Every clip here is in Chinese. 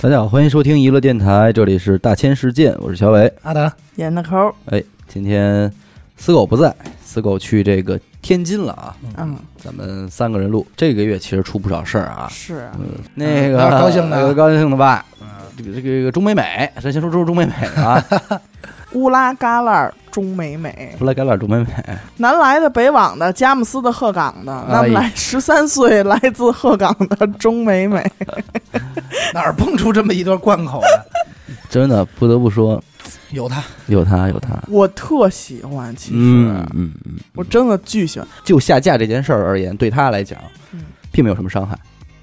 大家好，欢迎收听娱乐电台，这里是大千世界，我是小伟。阿达，演的抠儿，哎，今天死狗不在，死狗去这个天津了啊，嗯，咱们三个人录。这个月其实出不少事儿啊，是那个、有嗯点高兴嗯的啊有点高兴的吧？这个这个这个钟美美，咱先说说钟美美啊， 乌拉嘎烂儿中美美，不来橄榄钟美美，南来的北往的，佳木斯的鹤岗的，那哎么来十三岁来自鹤岗的钟美美，哪儿蹦出这么一段贯口来？ 真的不得不说，有他，有他有他，我特喜欢，其实、嗯嗯嗯，我真的巨喜欢，就下架这件事儿而言，对他来讲嗯，并没有什么伤害，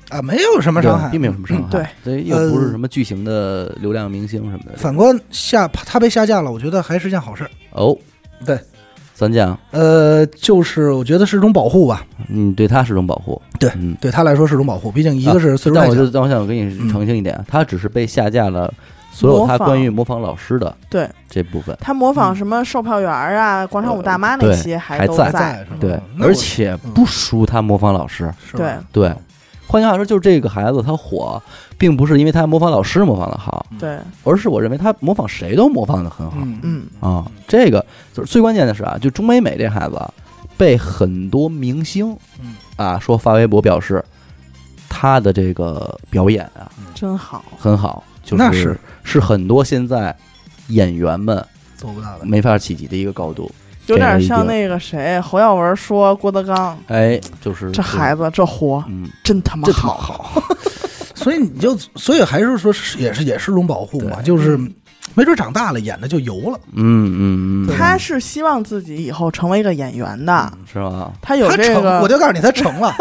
啊，没有什么伤害嗯呃对并。没有什么伤害，对，所以又不是什么巨型的流量明星什么的，反观下他被下架了，我觉得还是件好事。哦，对，咱讲，呃，就是我觉得是种保护吧，你对他是种保护，对嗯。对他来说是种保护。毕竟一个是嗯岁数但太我小就，但我想跟你澄清一点啊，他只是被下架了所有他模仿关于模仿老师的对这部分，他模仿什么售票员儿啊、广场舞大妈那些还都在还在是吧？对，哦那我嗯而且不输他模仿老师。是对吧，对，换句话说，就是这个孩子他火，并不是因为他模仿老师模仿的好，对，而是我认为他模仿谁都模仿的很好。嗯嗯，啊，这个就是最关键的是啊，就钟美美这孩子啊，被很多明星嗯啊说发微博表示，他的这个表演啊真好，很好，就那是是是很多现在演员们做不到的。没法企及的一个高度。有这点个一像定那个谁侯耀文说郭德纲，哎，就是这孩子，子这活嗯，真他妈这他妈好，好，所以你就，所以还是说是也是也是种保护嘛，对就是没准长大了演的就油了。嗯嗯嗯，他是希望自己以后成为一个演员的，是吧？他啊有嗯他这成，我个，就告诉你，他成 了。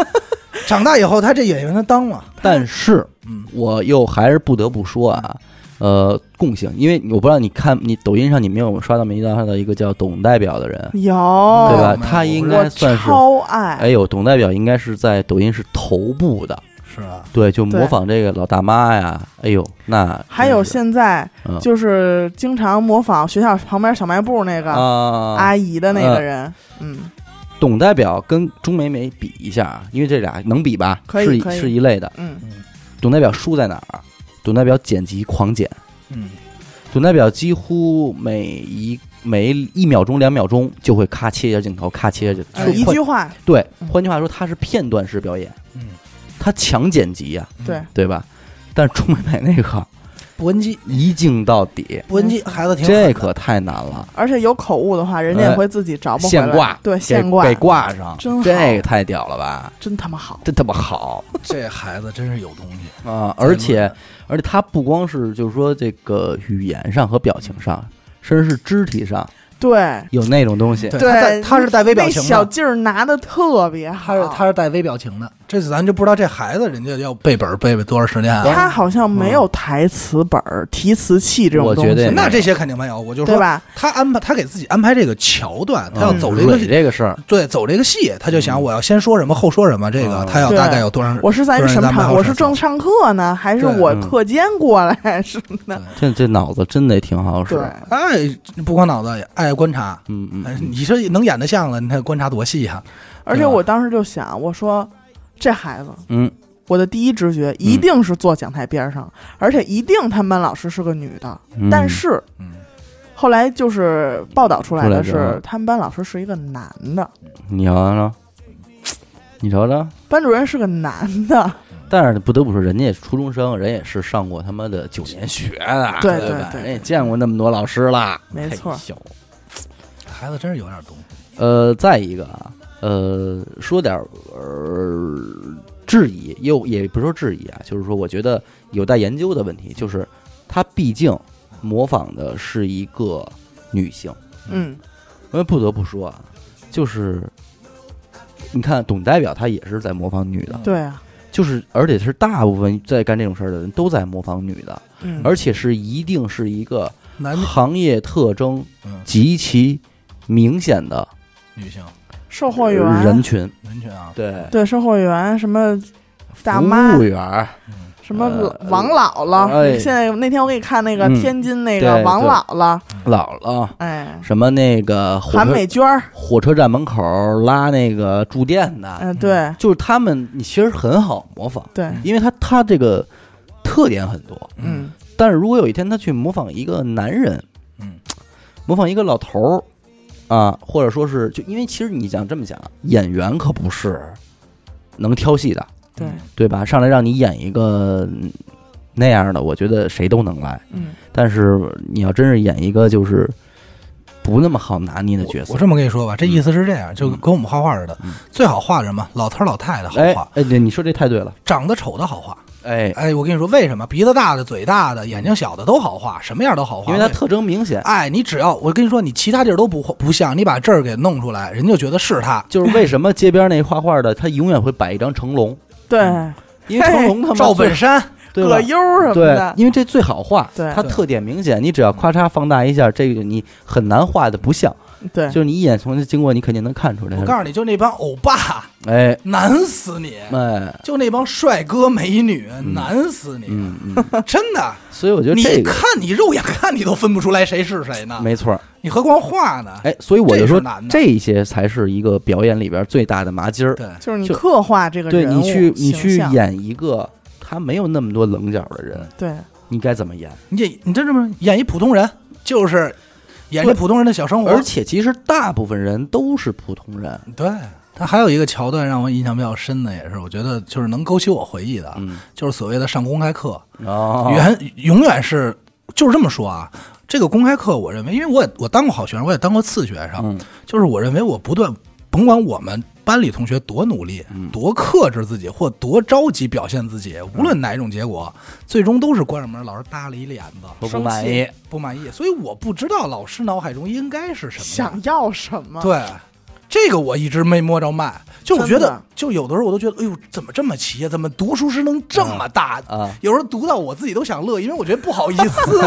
长大以后，他这演员他当了，但是嗯，我又还是不得不说啊，呃，共性，因为我不知道你看你抖音上你没有刷到没刷到一个叫董代表的人，有对吧？哦他应我该算是，超爱，哎呦，董代表应该是在抖音是头部的，是吧？对，就模对仿这个老大妈呀，哎呦，那还有真是现在嗯就是经常模仿学校旁边小卖部那个啊，阿姨的那个人，嗯，董代表跟钟美美比一下啊，因为这俩能比吧？可以是一可以是一类的。嗯，董代表输在哪儿啊？董代表剪辑狂剪，嗯，董代表几乎每一每一秒钟两秒钟就会咔切一下镜头，咔切一下镜就头，哎呃一换句话，对，嗯换句话说，他是片段式表演，嗯，他强剪辑呀、对，对吧？但钟美美那个布恩基，一镜到底，布恩基嗯孩子挺狠的这可太难了，而且有口误的话，人家也会自己找不回嗯现来，挂，对，给现挂给挂上，真好这个太屌了吧，真他妈好，真他妈好 这孩子真是有东西。嗯啊！而且而且他不光是就是说这个语言上和表情上，甚至是肢体上对有那种东西，对对他带他是带微表那情小的，劲儿拿的特别好，他是他是带微表情的。这次咱就不知道这孩子人家要背本儿背背多长时间啊？他好像没有台词本儿、提词器这种嗯我东觉得西，那这些肯定没有。我就对说吧？他安排他给自己安排这个桥段，他嗯要走这个蕊这个事儿，对走这个戏，他就想我要先说什么后说什么，这嗯个他要对大概有多长时间？我是在一不个是什么咱们场？还有我啥是正上课呢，还是对我嗯课间过来 什么的？这这脑子真得挺好使对，，爱哎不光脑子也爱观察。嗯嗯哎嗯，你这能演得像了，你看观察多细哈、而且对吧我当时就想，我说这孩子，嗯，我的第一直觉一定是坐讲台边上，而且一定他们班老师是个女的。嗯但是嗯，后来就是报道出来的出来的啊是，他们班老师是一个男的，你瞧瞧，你瞧瞧。班主任是个男的。但是不得不说，人家也是初中生，人也是上过他妈的九年学的，啊对对吧对对人也见过那么多老师了，没错哎呦孩子真是有点东西。呃，再一个啊，呃，说点儿呃质疑，又也不是说质疑啊，就是说我觉得有待研究的问题，就是他毕竟模仿的是一个女性，嗯，因为不得不说啊，就是你看董代表他也是在模仿女的，对啊，就是而且是大部分在干这种事儿的人都在模仿女的。嗯，而且是一定是一个男行业特征嗯极其明显的女性售货员人群，人群啊，对，对售货员什么大妈服务员儿，嗯，什么呃王姥姥，哎现在那天我给你看那个嗯天津那对个王对姥姥，姥姥，哎，什么那个火韩车美娟儿，火车站门口拉那个住店的，嗯，对就是他们，你其实很好模仿，对，因为他他这个。特点很多，嗯嗯但是如果有一天他去模仿一个男人，嗯，模仿一个老头儿啊，或者说是就因为其实你想这么讲，演员可不是能挑戏的，对，对吧？上来让你演一个嗯那样的，我觉得谁都能来。嗯但是你要真是演一个就是不那么好拿捏的角我色，这么跟你说吧，这意思是这样，就嗯跟我们画画似的嗯，最好画什么？老头儿老太太好哎画，哎，对，你说这太对了，长得丑的好画。哎，哎，我跟你说，为什么？鼻子大的、嘴大的、眼睛小的都好画，什么样都好画。因为它为特征明显，哎，你只要我跟你说，你其他地儿都不不像，你把这儿给弄出来，人就觉得是他。就是为什么街边那画画的他永远会摆一张成 龙，对，因为成龙他妈赵最本山，嗯对吧葛？优什么对的，，因为这最好画，对它特点明显，你只要咔嚓放大一下，这个你很难画的不像，对就是你一眼从这经过，你肯定能看出来。我告诉你就那帮欧巴，你，哎难死你！哎，就那帮帅哥美女，难死你！嗯嗯， 真的，所以我觉得你这个看你肉眼看你都分不出来谁是谁呢，没错儿，你何况画呢？哎，所以我就这说是难的这些才是一个表演里边最大的麻筋儿。对，就是你就刻画这个对人你物去你去形象，演一个他没有那么多棱角的人，对你该怎么演？你这你真这么演一普通人，就是演这对普通人的小生活，而且其实大部分人都是普通人，对。他还有一个桥段让我印象比较深的，也是我觉得就是能勾起我回忆的啊，嗯，就是所谓的上公开课，哦，原永远是就是这么说啊。这个公开课，我认为，因为我也我当过好学生，我也当过次学生，嗯就是我认为我不断，甭管我们班里同学多努力、嗯多克制自己，或多着急表现自己，无嗯论哪一种结果，最终都是关上门，老师耷了一脸子，都不满意，不满意。所以我不知道老师脑海中应该是什么样想要什么？对，这个我一直没摸着脉。就我觉啊真得的，就有的时候我都觉得，哎呦，怎么这么奇呀、怎么读书时能这么大？嗯啊有时候读到我自己都想乐，因为我觉得不好意 思。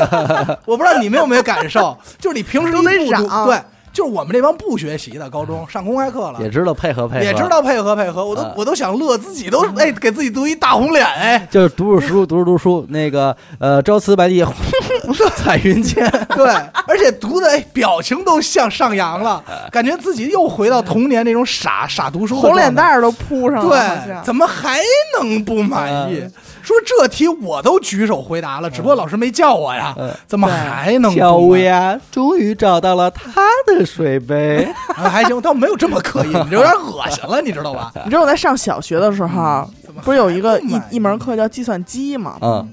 我不知道你们有没有感受，就是你平时都一得不读嚷对，就是我们这帮不学习的高中上公开课 了也。知道配合配合，也知道配合配合，我都、啊我都想乐，自己都哎给自己读一大红脸哎，就是读着书，读着读书，那个呃，朝辞白帝， 彩云间，对， 而且读的哎表情都向上扬了，啊感觉自己又回到童年那种傻傻读书的红脸状态蛋儿都铺上了，好对，像怎么还能不满意嗯？说这题我都举手回答了，只不过老师没叫我呀嗯，怎么还能小不啊乌满意？鸦终于找到了它的水杯。 啊还行，但没有这么 刻意，你这有点恶心了，你知道吧？你知道我在上小学的时候，怎么不是有一个还不一满意一门课叫计算机吗？嗯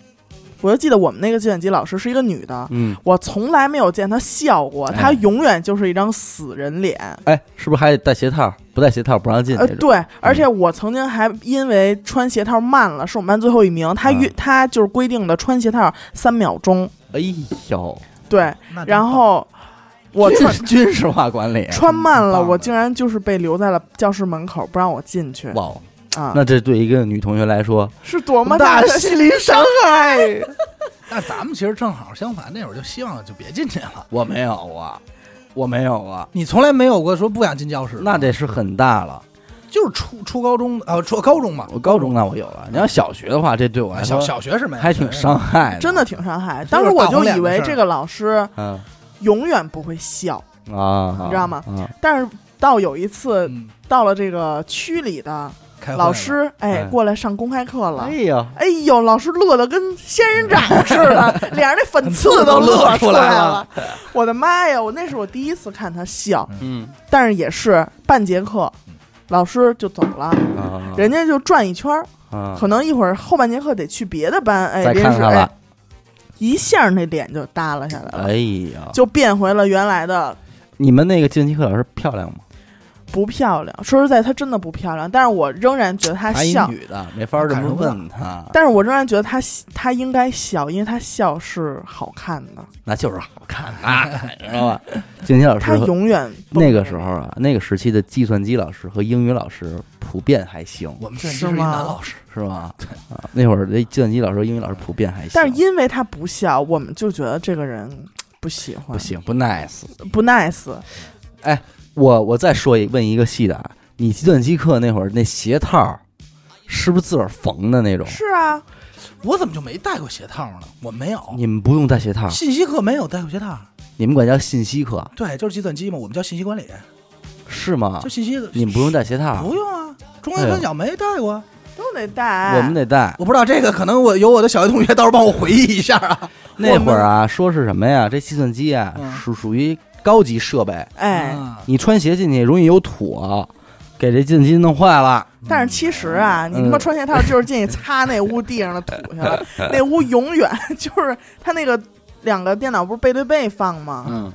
我就记得我们那个计算机老师是一个女的，嗯，我从来没有见她笑过，哎她永远就是一张死人脸。哎，是不是还得戴鞋套？不戴鞋套不让进呃那，种。嗯对，而且我曾经还因为穿鞋套慢了，是我们班最后一名。她约嗯她就是规定的穿鞋套三秒钟，哎呦，对，那真然后我军穿军事化管理。啊穿慢挺了，棒我的竟然就是被留在了教室门口，不让我进去哇，哦啊！那这对一个女同学来说，是多么大的心理伤害！那咱们其实正好相反，那会儿就希望就别进去了。我没有啊，我没有啊，你从来没有过说不想进教室的，那得是很大了。就是初初高中呃初高中吧，我高中那我有了，你要小学的话，这对我来小哎说小学是没有，还挺伤害的。真的，挺伤害。就是当时我就以大红脸为的事儿这个老师嗯永远不会笑，啊，你知道吗嗯但是到有一次嗯，到了这个区里的开会了老师，哎哎，过来上公开课了哎。呀，哎呦，老师乐得跟仙人掌似的，脸上那粉刺都乐出来了。我的妈呀！我那是我第一次看他笑，嗯但是也是半节课，老师就走了，啊，人家就转一圈儿，啊可能一会儿后半节课得去别的班，哎，再临看时看哎吧。一下那脸就耷拉下来了，哎呀，就变回了原来的你们那个计算机课老师漂亮吗？不漂亮。说实在，她真的不漂亮，但是我仍然觉得她她一啊笑，女的，没法儿这么问她，但是我仍然觉得她她应该笑，因为她笑是好看的，那就是好看啊，你知道吧？金星老师她和永远不那个时候啊，那个时期的计算机老师和英语老师普遍还行，我们这是是一吗男老师，是吗？啊，那会儿这计算机老师、英语老师普遍还行，但是因为她不笑，我们就觉得这个人不喜不欢，行，不 nice。不 nice。我我再说一问一个细的啊，你计算机课那会儿那鞋套儿是不是自个儿缝的那种？是啊，我怎么就没戴过鞋套呢？我没有，你们不用带鞋套儿，信息课没有戴过鞋套。你们管叫信息课对，就是计算机嘛，我们叫信息管理，是吗就？信息。你们不用带鞋套儿，不用啊，中文分角没带过啊，都得带。我们得带。哎我不知道这个，可能我有我的小学同学，到时候帮我回忆一下 啊。那会儿啊，说是什么呀？这计算机啊，嗯属属于高级设备，哎，啊你穿鞋进去容易有土啊，给这计算机弄坏了。但是其实啊，你他妈嗯穿鞋套就是进去擦那屋地上的土去 了，那屋永远 就是他那个两个电脑不是背对背放吗？嗯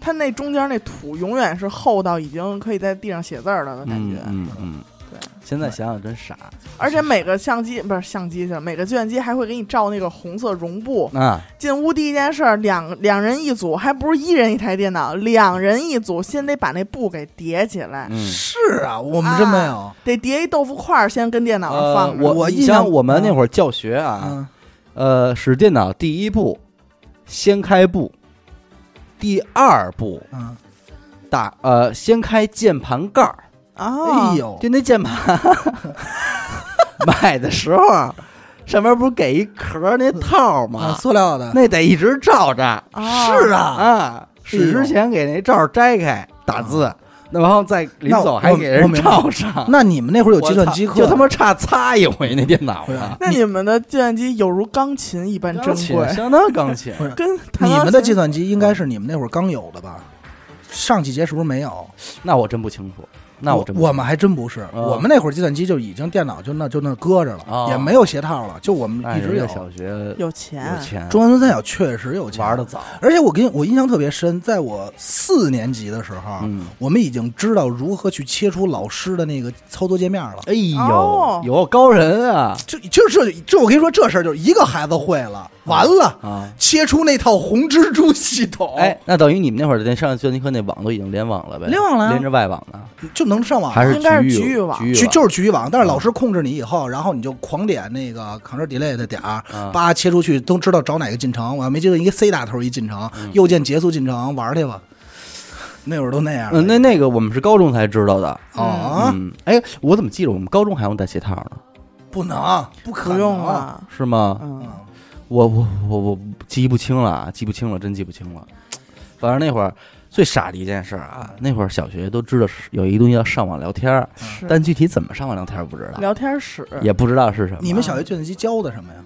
他那中间那土永远是厚到已经可以在地上写字儿了的感嗯觉，嗯嗯。对。现在想想真傻而且每个相机不是相机去了，每个计算机还会给你罩那个红色绒布。啊！进屋第一件事儿，两两人一组，还不是一人一台电脑，两人一组，先得把那布给叠起来，嗯，是啊，我们真没有。得叠一豆腐块儿，先跟电脑上放着。呃我我你印象想我们那会儿教学啊，嗯，呃，使电脑第一步先开步，第二步嗯，打呃先开键盘盖儿，啊，哎呦，就那键盘买的时候啊上面不是给一壳儿那套啊，吗？塑料的，那得一直照着啊是啊，啊，使之前给那罩摘开打字，那然后再临走还给人照上。那你们那会儿有计算机我课？操就他妈差擦一回那电脑对啊 了。那你们的计算机有如钢琴一般珍钢琴贵，相当钢琴，不是跟弹你钢们的琴计算机应该是嗯你们那会儿刚有的吧？上几节是不是没有？那我真不清楚。那我真不我们还真不嗯是，啊我们那会儿计算机就已经电脑就那就那搁着哦了，也没有鞋套了，就我们哎一直有人家。小学有钱有，钱，中关村三小确实有嗯钱玩的，早，而且我跟我印象特别深，在我四年级的时候，嗯，我们已经知道如何去切出老师的那个操作界面了。哎呦哦，有高人啊这就是这这，我跟你说这事儿就是一个孩子会了，完了，啊！切出那套红蜘蛛系统，哎，，那等于你们那会儿那上计算机课那网都已经联网了呗？联网了啊连着外网呢，就能上网了。还是嗯应该是局局域域网哦局域去网就是局域网，但是老师控制你以后，然后你就狂点那个 Ctrl Delay 的点儿啊，叭切出去，都知道找哪个进城。我还没记得一个 C 打头一进城，嗯右键结束进城，玩儿去吧。那会儿都那样了。嗯，那那个我们是高中才知道的。啊，嗯，哎，我怎么记着我们高中还用戴鞋套呢？不能，不可不能啊用。啊了，是吗？嗯，我我我我记不清了啊，记不清了，真记不清了。反正那会儿最傻的一件事儿啊，那会儿小学都知道是有一个东西叫上网聊天儿，是但具体怎么上网聊天儿不知道，聊天室也不知道是什么。你们小学计算机教的什么呀？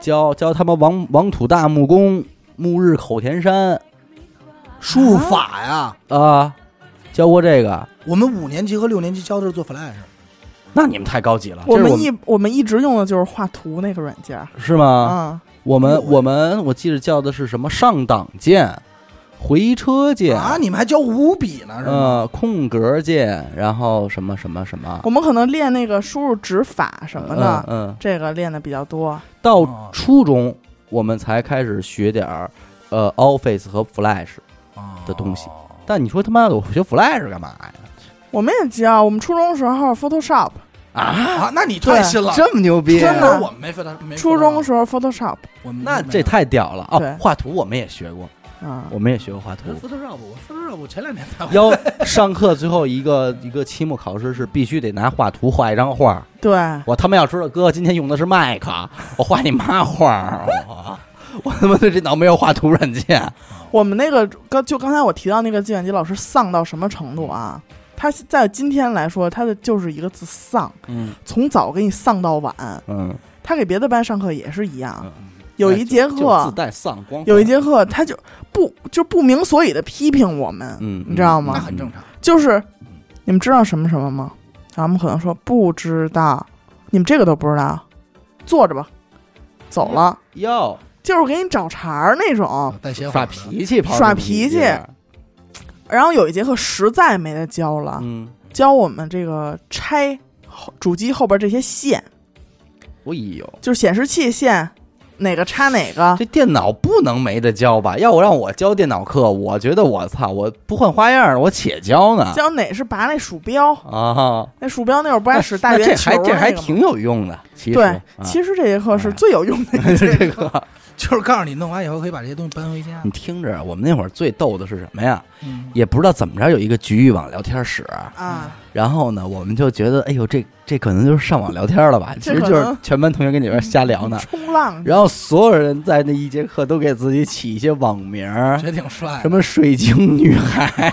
教教他们王王土大木工、暮日口田山输入法呀，啊，教过这个。我们五年级和六年级教的是做 Flash，那你们太高级了，我这是们我一我们一直用的就是画图那个软件儿是吗？啊，我们我我们我记得叫的是什么上档键、回车键啊，你们还教五笔呢是吗？呃，空格键，然后什么什么什么我们可能练那个输入指法什么的，嗯，嗯这个练的比较多。到哦初中我们才开始学点儿呃 Office 和 Flash。的东西哦但你说他妈的，我学 Flash 干嘛呀？我们也教，我们初中时候 Photoshop，啊，那你太新了。这么牛逼真真的的，我们没 Flash，没初 Flash 中时候 Photoshop 我们那没这有太屌了嗯对哦！画图我们也学过，啊我，们也学过画图。 Photoshop，我 Photoshop 前两年才会。要上课最后一个一个期末考试是必须得拿画图画一张画。对，我他妈要知道哥今天用的是麦克，我画你妈画！我我他妈对这脑没有画图软件。我们那个刚就刚才我提到那个计算机老师丧到什么程度啊？他在今天来说，他的就是一个字丧，嗯从早给你丧到晚。嗯，他给别的班上课也是一样，嗯哎有一节就自课，带丧光。有一节课他就不就不明所以的批评我们，嗯你知道吗那？很正常。就是你们知道什么什么吗？然后我们可能说不知道，你们这个都不知道，坐着吧，走了，嗯哟，就是给你找茬儿那嗯种。带鞋耍脾气，跑耍什么脾气劲儿然后有一节课实在没得教了，嗯，教我们这个拆后主机后边这些线，我以有。就是显示器线，哪个插哪个。这电脑不能没得教吧？要我让我教电脑课，我觉得我操，我不换花样儿，我且教呢。教哪是拔那鼠标，啊，那鼠标那会儿不爱使大那圆球儿这还这还那个吗挺有用的，其实对，啊其实这节课是哎最有用的一 节这课。个， 就是告诉你弄完以后可以把这些东西搬回家你。听着，啊我们那会儿最逗的是什么呀？嗯也不知道怎么着有一个局域网聊天室， 啊，然后呢，我们就觉得，哎呦，这这可能就是上网聊天了吧？其这实可就是能全班同学跟里边瞎聊呢。 冲浪然后所有人在那一节课都给自己起一嗯些网名儿，觉得挺帅 的。什么水晶女孩，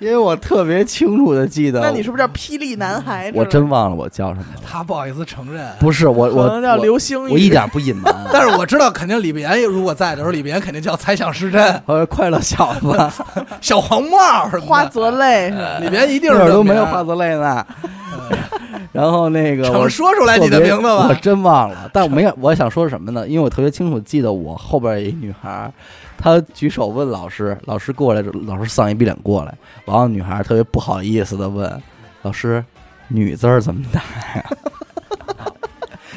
因为我特别清楚的记得，那你是不是叫霹雳男孩之类的？我真忘了我叫什么了。他不好意思承认。，不是我可能我叫我流星雨。我一点不隐瞒但是我知道，肯定李碧岩如果在的时候，李碧岩肯定叫猜想失真、呃，快乐小子，小黄帽什花么的。泽类是吧啊李碧岩一定那是会儿都没有花画泽类 呢。然后那个我成说出来你的名字我吧。真忘了。但我没有，我想说什么呢？因为我特别清楚记得我后边有一女孩儿，她举手问老师，老师过来，老师丧一逼脸过来，完了女孩儿特别不好意思的问老师：“女字儿怎么打呀？”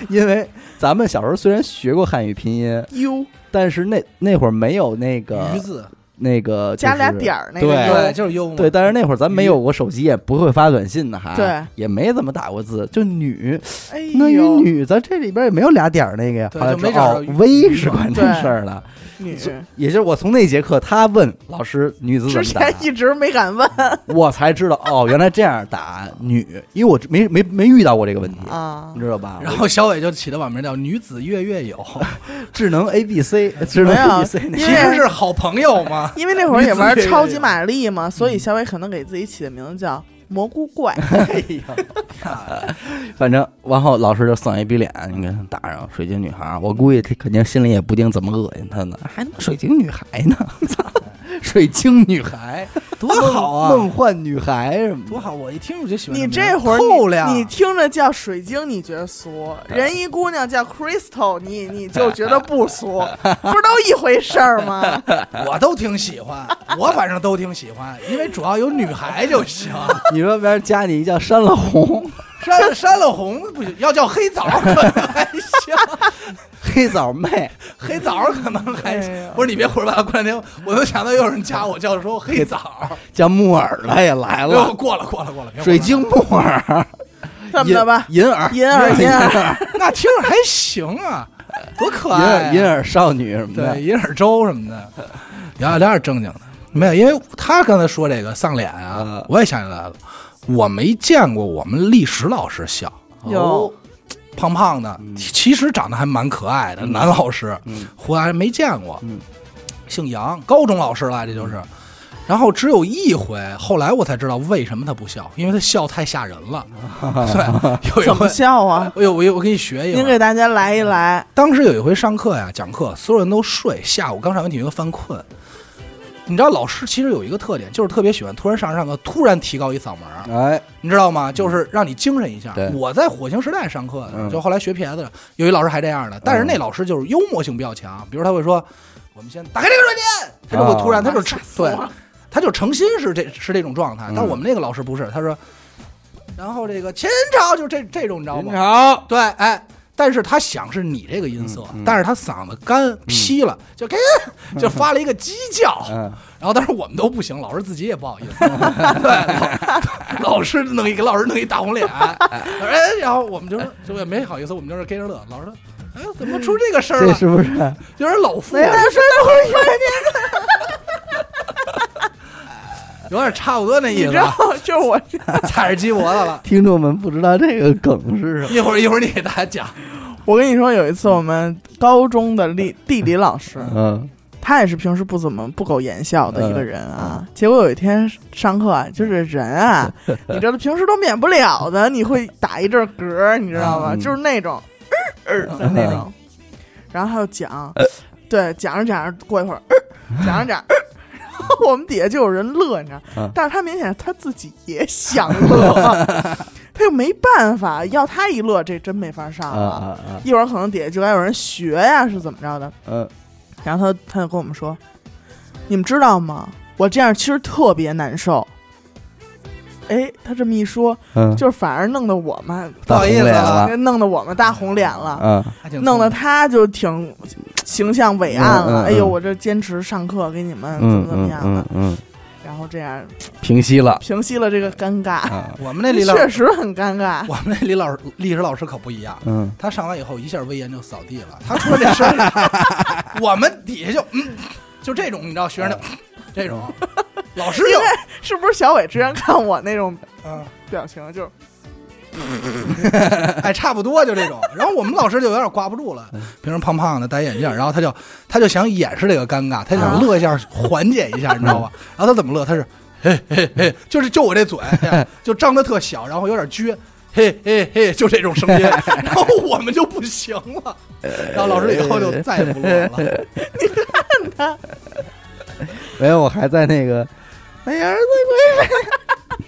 因为咱们小时候虽然学过汉语拼音， ，U 但是那那会儿没有那个鱼字，那个、就是、加俩点儿那对个对， U，就是幽默。对，但是那会儿咱没有我手机，也不会发短信呢，还对也没怎么打过字，就女，哎那与呦，女咱这里边也没有俩点儿那个呀，对后来就没知道找着哦 V 是管这事儿的，女之也就是我从那节课他问老师女字怎么前打，嗯一直没敢问我才知道哦，原来这样打女，因为我没没没遇到过这个问题，啊你。知道吧？然后小伟就起的网名叫“女子月月友智能 A B C，智能没有 A B C 那”，其因个实为是好朋友 嘛。因为那会儿也玩女子超级玛丽嘛，所以小伟可能给自己起的名字叫蘑菇怪。哎呀， 反正然后老师就送一逼脸，你看打上水晶女孩儿，我估计他肯定心里也不定怎么恶心她呢，还他妈水晶女孩呢，操， 水晶女孩多好梦啊，梦幻女孩什么的多好！我一听我就喜欢你名字。这会儿透亮，你，你听着叫水晶，你觉得俗；人一姑娘叫 Crystal，你你就觉得不俗，不是都一回事儿吗？我都挺喜欢，我反正都挺喜欢，因为主要有女孩就行。你说别人加你一叫山了 红，山山了红不行，要叫黑枣可能还行，黑枣妹，黑枣可能还哎呀行。不是你别胡说八道，过两天我都想到有人加我叫说黑枣，叫木耳的也来哎呦了，过了过了过了，别胡说八道水晶木耳，这么着吧，银银耳，银耳银耳， 那听着还行啊，多可银爱、啊耳哎银耳少女什么对的，银耳粥什么的，聊点聊点正经的。没有，因为他刚才说这个丧脸啊嗯，我也想起来了，我没见过我们历史老师笑。哦有胖胖的，其实长得还蛮可爱的。男老师，嗯我还没见过，嗯姓杨，高中老师了，这就是。然后只有一回，后来我才知道为什么他不笑，因为他笑太吓人了。对，有一怎么回，笑啊？哎呦，我我给你学一您个。给大家来一来，当时有一回上课呀，讲课，所有人都睡，下午刚上完体育课犯困。你知道老师其实有一个特点，就是特别喜欢突然上着上课，突然提高一嗓门儿，哎，你知道吗？就是让你精神一下对。我在火星时代上课嗯的，就后来学撇子，有一老师还这样的，但是那老师就是幽默性比较强，比如他会说：“我们先打开这个软件。”他就会突然，他就吓死我对了，他就诚心是这是这种状态啊嗯。但是我们那个老师不是，他说，然后这个秦朝就这这种，你知道银吗？耳，对，哎。但是他想是你这个音色，嗯嗯但是他嗓子嗯干劈了，就 给就发了一个鸡叫，嗯，然后但是我们都不行，老师自己也不好意思， 对，老老师弄一个老师弄一大红脸，哎，然后我们就说就也没好意思，我们就是跟着乐。老师说，哎，怎么出这个声儿这了？是不是？有点老夫，说那会儿有点差不多那你意知思道啊，，就是我踩着鸡脖子了。听众们不知道这个梗是什么？一会儿一会儿你给大家讲，我跟你说，有一次我们高中的地地理老师，嗯他也是平时不怎么不苟言笑的一个人嗯啊。结果有一天上课，啊，就是 人啊，你知道平时都免不了的，你会打一阵嗝儿，你知道吗？嗯就是那种呃呃的那种。然后他就讲，呃对，讲着讲着，过一会儿，呃讲着讲着。呃然后我们底下就有人乐，你知道嗯，但是他明显他自己也想乐， 他又没办法，要他一乐这真没法上啊了。啊啊，一会儿可能底下就该有人学呀，是怎么着的？嗯，然后他他就跟我们说：“你们知道吗？我这样其实特别难受。”哎，他这么一说，嗯，就是反而弄得我们，不好意思啊了，弄得我们大红脸了，嗯还挺弄得他就挺形象伟岸嗯了。嗯嗯哎呦，我这坚持上课给你们嗯怎么怎么嗯样的，嗯嗯，然后这样平息了平息了这个尴尬，啊，我们那李老，确实很尴尬。我们那李老师历史老师可不一样。嗯，他上完以后一下威严就扫地了。他说这事儿，我们底下就嗯，就这种你知道，学生就嗯这种， 老师就是不是小伟之前看我那种嗯，表情，就是哎，差不多就这种。然后我们老师就有点挂不住了，平时胖胖的戴眼镜，然后他就他就想掩饰这个尴尬，他想乐一下缓解一下，你知道吧？然后他怎么乐？他是。嘿嘿嘿，就是就我这嘴，哎就张的特小，然后有点撅，嘿嘿嘿，就这种声音，然后我们就不行了，然后老师以后就再也不录了。没有，我还在那个，哎呀，儿 子，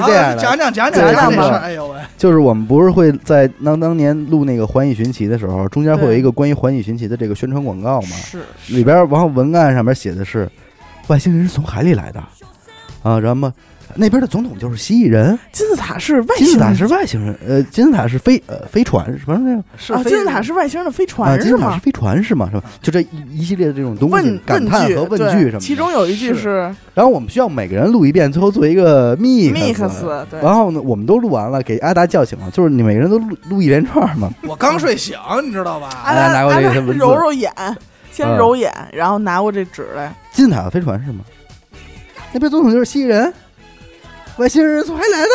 我是这样啊的，讲讲讲对讲讲这讲事儿，讲哎呦喂，就是我们不是会在当当年录那个环艺寻奇的时候，中间会有一个关于环艺寻奇的这个宣传广告嘛，是里边儿然后文案上面写的是外星人是从海里来的啊，然后嘛那边的总统就是蜥蜴人，金字塔是外金字星塔人是外星人，呃，金字塔是飞呃飞船什么那个是啊，非金字塔是外星人的飞啊，船金是字塔吗是？飞船是吗？是吧？就这一一系列的这种东西问，感叹句和问对句什么的。其中有一句是是然后我们需要每个人录一遍，最后做一个 mix。 mix，对，然后呢，我们都录完了，给阿达叫醒了，就是你每个人都录录一连串嘛。我刚睡醒，你知道吧？哎来拿过啊这啊些文字揉揉眼，先嗯揉眼，然后拿过这纸来，金字塔飞船是吗？那边总统就是蜥蜴人，外星人从海来的。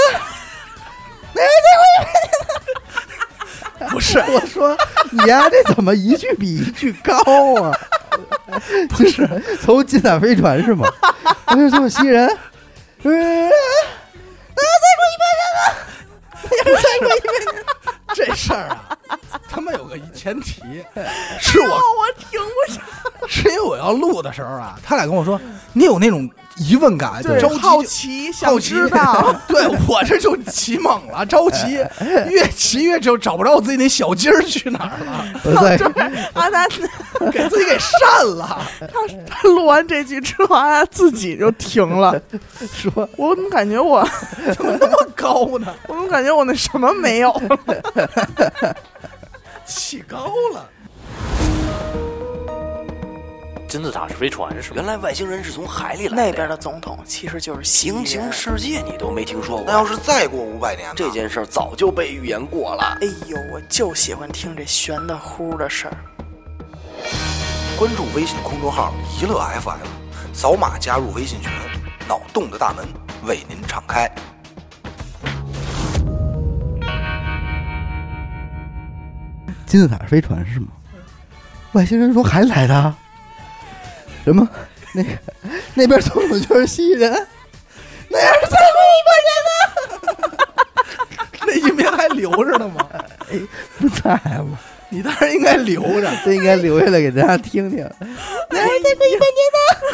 不是，我说你呀、这怎么一句比一句高啊？ 不是，从金字塔飞船是吗？ 外星人就是蜥蜴人。 呃这事儿啊，他妈有个前提，是哎我我停 不下，是因为我要录的时候啊，他俩跟我说，你有那种疑问感，就对着急好就。奇想好奇知道，， 对我这就起猛了，着急， 越急越就找不着我自己那小鸡儿去哪儿了，我 在阿达给自己给扇了。 他他录完这句之后，他自己就停了。 说，我怎么感觉我，怎么那么高呢？我怎么感觉我那什么没有了？起高了。金字塔是飞船是吗？原来外星人是从海里来的呀。 那边的总统其实就是西平行世界你都没听说那过，要是再过五百年呢？这件事儿早就被预言过了。哎呦，我就喜欢听这悬的乎的事儿。关注微信公众号“一乐 FM”，扫码加入微信群，脑洞的大门为您敞开。金字塔飞船是吗？外星人从海里来的？什么？那个 那边总统就是蜥蜴人？那样才 那音频还留着呢 吗？不在哎了，你当然应该留着。这应该留下来给大家听听。哎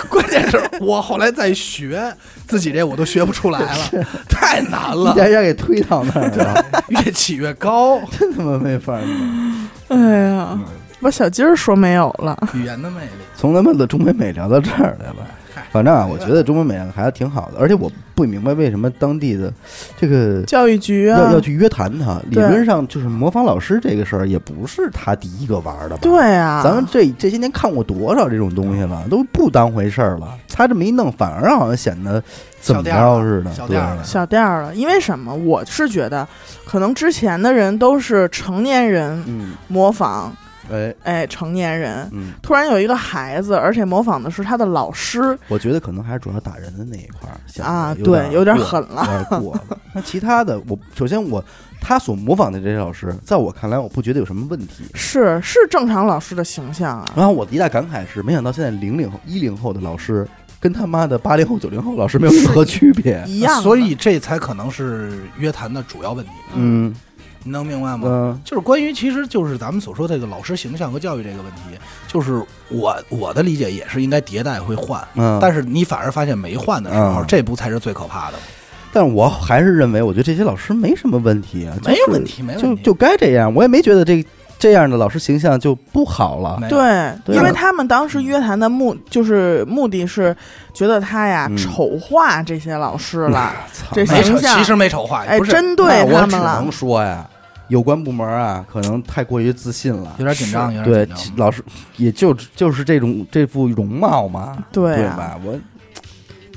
关键是我后来再学自己这，我都学不出来了，太难一了，家一家给推到那儿了，越起越高。真他妈没法儿弄。哎呀，嗯把小鸡儿说没有了。语言的魅力，从他妈的中美美聊到这儿来了。反正啊，我觉得中美美还挺好的，而且我不明白为什么当地的这个教育局要啊要，去约谈他。理对论上就是模仿老师这个事儿，也不是他第一个玩儿的吧？对啊，咱们这这些年看过多少这种东西了，都不当回事儿了。他这么一弄，反而好像显得怎么着似的。小对店儿了小店儿了，因为什么？我是觉得，可能之前的人都是成年人嗯，模仿，哎，哎，成年人。嗯，突然有一个孩子，而且模仿的是他的老师，我觉得可能还是主要打人的那一块儿显得啊点对有点过狠了，有点过了。 那其他的，我首先我他所模仿的这些老师，在我看来，我不觉得有什么问题。是是正常老师的形象啊。然后我的一大感慨是，没想到现在零零后、一零后的老师跟他妈的八零后、九零后老师没有任何区别。一样的，所以这才可能是约谈的主要问题，嗯你能明白吗？嗯就是关于，其实就是咱们所说这个老师形象和教育这个问题，就是我我的理解也是应该迭代会换，嗯，但是你反而发现没换的时候，嗯这不才是最可怕的。但我还是认为，我觉得这些老师没什么问题啊，就是没有问题没有就问题就该这样。我也没觉得这这样的老师形象就不好了。没有对，对因为啊他们当时约谈的目就是目的是觉得他呀、嗯丑化这些老师了， 操这没形丑，象其实没丑化，哎，不是针那对我他只们了能。说呀，有关部门啊，可能太过于自信了有。点紧张，有对点紧张。，老师也就就是这种这副容貌嘛，对对啊吧？我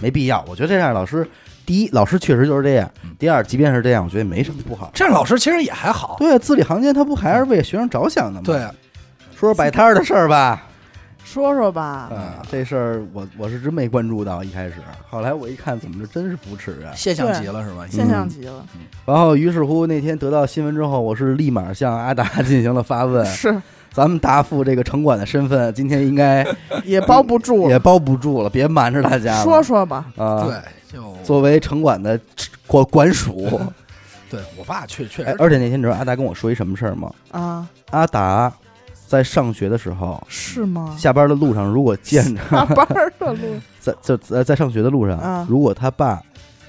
没必要，我觉得这样老师，第一，老师确实就是这样；嗯第二，即便是这样，我觉得也没什么不好。这样老师其实也还好。对啊，字里行间他不还是为学生着想的吗？对，，啊说说摆摊儿的事儿吧。说说吧，啊，这事儿我我是真没关注到一开始，后来我一看，怎么就真是扶持啊？现象级了是吧？现象级了，然后于是乎那天得到新闻之后，我是立马向阿达进行了发 问。是咱们答复这个城管的身份，今天应该也包不住 也了。包不住了，别瞒着大家了。说说吧，啊，对，就作为城管的管管属， 对我爸确确哎实而且那天你知道阿达跟我说一什么事儿吗？啊，阿达在上学的时候，是吗？下班的路上如果见着下班儿的路在就在在上学的路上，啊如果他爸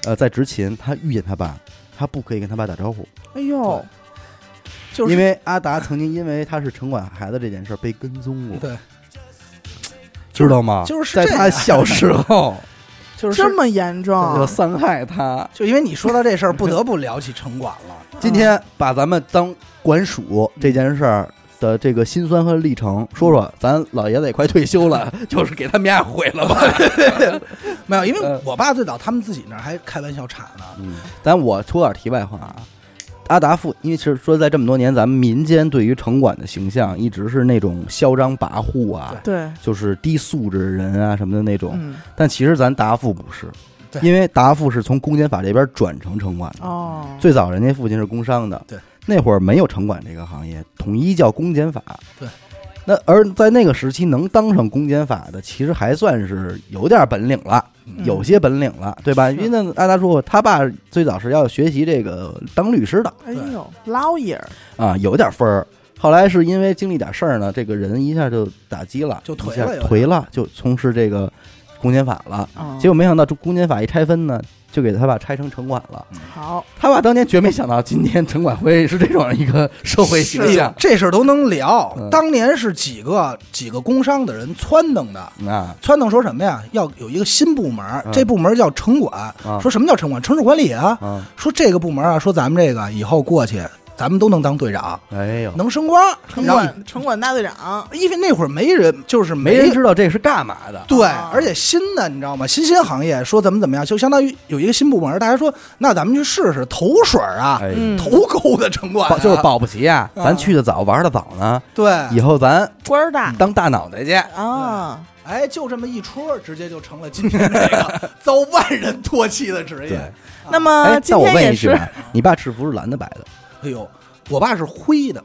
呃在执勤，他遇见他爸，他不可以跟他爸打招呼，哎呦，就是因为阿达曾经因为他是城管孩子这件事儿被跟踪过，对，知道吗？就是在这样他小时候 就是这么严重，要伤害他。就因为你说到这事儿，不得不聊起城管了。今天把咱们当管属这件事儿。的这个辛酸和历程，说说咱老爷子也快退休了， 就是给他们家毁了吧。没有，因呃为我爸最早他们自己那儿还开玩笑岔呢。嗯，但我说点题外话啊，阿达父，因为其实说在这么多年，咱们民间对于城管的形象一直是那种嚣张跋扈啊，嗯对，就是低素质人啊什么的那种。嗯，但其实咱达父不是，对因为达父是从公检法这边转成城管的。哦，最早人家父亲是工商的，对，那会儿没有城管这个行业，统一叫公检法。对，那而在那个时期能当上公检法的，其实还算是有点本领了，嗯有些本领了，对吧？因为那阿达说过，他爸最早是要学习这个当律师的哎呦，捞眼儿，啊，有点分儿。后来是因为经历点事儿呢，这个人一下就打击了，就颓了一下有点哦颓了，就从事这个公检法了。嗯结果没想到，这公检法一拆分呢，就给他爸拆成城管了。嗯好，他爸当年绝没想到，今天城管会是这种一个社会形哎象呦这事儿都能聊啊嗯。当年是几个几个工商的人撺掇的，啊撺掇说什么呀？要有一个新部门儿嗯，这部门叫城管啊。说什么叫城管？城市管理啊。啊！说这个部门啊，说咱们这个以后过去，咱们都能当队长，哎呦，能升官。嗯城然后，管城管大队长，因为那会儿没人，就是没人知道这是干嘛的。对啊，而且新的你知道吗？新兴行业说怎么怎么样，就相当于有一个新部门，大家说那咱们去试试头水儿啊，哎嗯，头沟的城管啊、保 就是保不齐啊，啊咱去的早，玩的早呢。对，以后咱官儿大当大脑袋去，啊，哎，就这么一出，直接就成了今天这个遭万人唾弃的职业。对那么哎，今但我天问也一句是啊，你爸制服是蓝的白的？哎呦，我爸是灰的，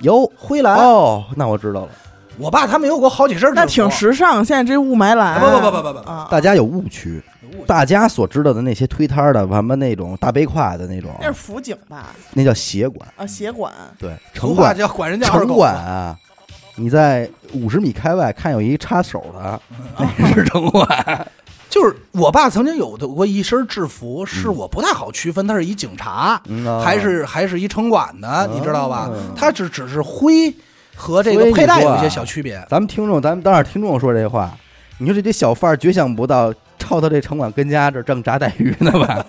有灰蓝。哦，那我知道了。我爸他们有过好几身制服，那挺时尚，现在这雾霾蓝，不不不不不不啊，大家有误区，大家所知道的那些推摊儿的，什么那种大背胯的那种，那是辅警吧？那叫协管。啊，协管，对，城俗话管叫管人家二城狗。管啊，你在五十米开外看有一插手的，那是城管。就是我爸曾经有的过一身制服，是我不太好区分，他是一警察，嗯啊嗯还是还是一城管的，你知道吧？他只只是灰和这所以个你佩戴说有一啊些小区别。 咱们听众，咱们当着听众说这话，你说这些小贩儿绝想不到，操他这城管跟家这儿挣炸带鱼呢吧？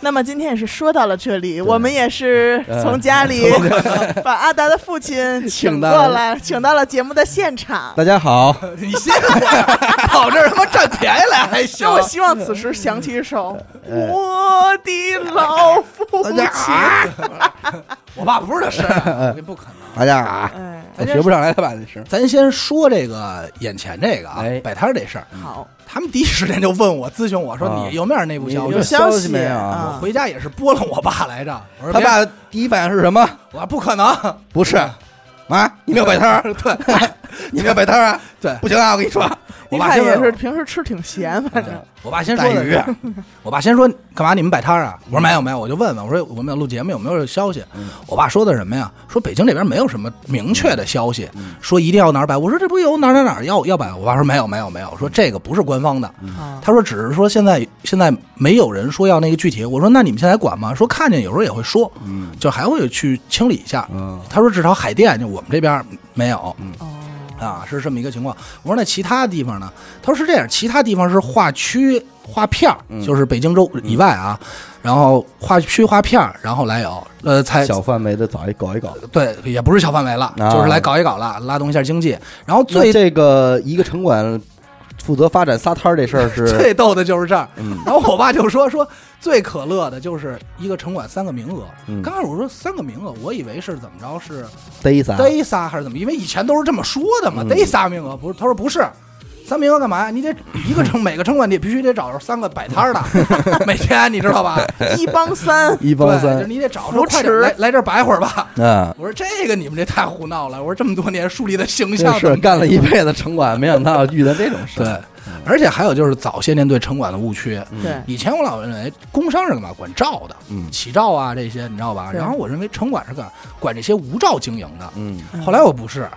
那么今天也是说到了这里，我们也是从家里 把阿达的父亲请过来，请到了节目的现场。大家好，你现在跑这儿他妈占便宜来还行 让？哎我希望此时响起一首《我的老父嗯亲》。我爸不是这 身儿，这不可能。大家啊，哎，我学不上来他爸那声。咱先说这个眼前这个啊哎，摆摊儿这事儿，好，他们第一时间就问我咨询我说啊你有没有内部你消有息？消消息息没有啊啊？我回家也是拨弄我爸来 着，我说他别爸第一反应是什么？我说不 可能，不是，妈，你们要摆摊儿？对， 你们要摆摊儿啊？对不行啊，我跟你说，我一爸看先也问我是平时吃挺咸，反正我爸先说的是带，啊嗯我爸先说干嘛你们摆摊儿啊？我说没有没有，我就问问，我说我们要录节目有没有消息？我爸说的什么呀？说北京这边没有什么明确的消息，嗯说一定要哪儿摆。我说这不有哪儿哪儿哪儿要要摆？我爸说没有没有没有，说这个不是官方的。嗯啊，他说只是说现在现在没有人说要那个具体。我说那你们现在管吗？说看见有时候也会说，就还会去清理一下。嗯 他说至少海淀就我们这边没有。哦，啊，是这么一个情况。我说那其他地方呢？他说是这样，其他地方是划区划片儿，嗯就是北京周以外啊，然后划区划片儿，然后来有呃才小范围的找一搞一搞。对，也不是小范围了，啊就是来搞一搞了，拉动一下经济。然后那最 这个一个城管负责发展仨摊儿这事儿是，最逗的就是这儿。嗯然后我爸就说说最可乐的就是一个城管三个名额。嗯刚开始我说三个名额，我以为是怎么着是逮仨，逮仨还是怎么？因为以前都是这么说的嘛，啊嗯，逮仨名额不是？他说不是。三名额干嘛呀？你得一个城，每个城管你必须得找着三个摆摊儿的， 每天你知道吧？一帮三一帮对，就是三，你得找着，扶快点持来来这儿摆会儿吧。嗯，我说这个你们这太胡闹了，我说这么多年树立的形这象是干了一辈子城管，没想到遇到这种事。对，而且还有就是早些年对城管的误区，对，以前我老认为工商是干嘛？管照的，嗯起照啊这些，你知道吧？对然后我认为城管是干管这些无照经营的。嗯后来我不是，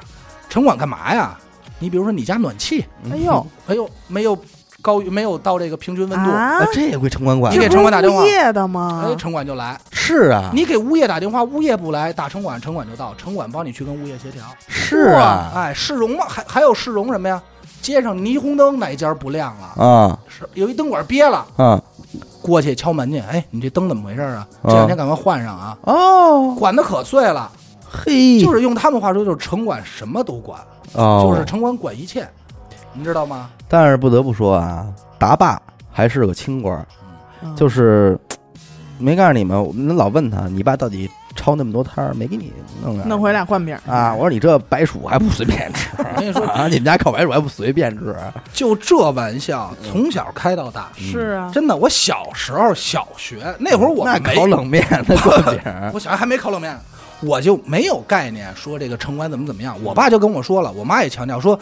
城管干嘛呀？你比如说你家暖气，嗯哎呦，哎呦没有高于没有到这个平嗯均温度，啊啊，，这也归城管管你？给城管打电话这不是物业的吗？哎，城管就来。是啊，你给物业打电话，物业不来，打城管，城管就到，城管帮你去跟物业协调。是啊哎，市容嘛，还还有市容什么呀？街上霓虹灯哪一家不亮了？啊是有一灯管憋了，啊过去敲门去。哎，你这灯怎么回事啊？这两天赶快换上啊！哦，管的可碎了，嘿，就是用他们话说，就是城管什么都管，哦，就是城管管一切，你知道吗？但是不得不说啊，达爸还是个清官儿，嗯就是没告诉你们，我们老问他，你爸到底抄那么多摊儿，没给你弄点儿弄回俩灌饼儿啊？我说你这白薯还不随便 吃我跟你说， 啊？你们家烤白薯还不随便吃？就这玩笑，嗯从小开到大，是啊，真的。我小时候小学那会儿，我嗯那没烤冷面，那灌饼儿， 我小孩还没烤冷面，我就没有概念说这个城管怎么怎么嗯样。我爸就跟我说了，我妈也强调说，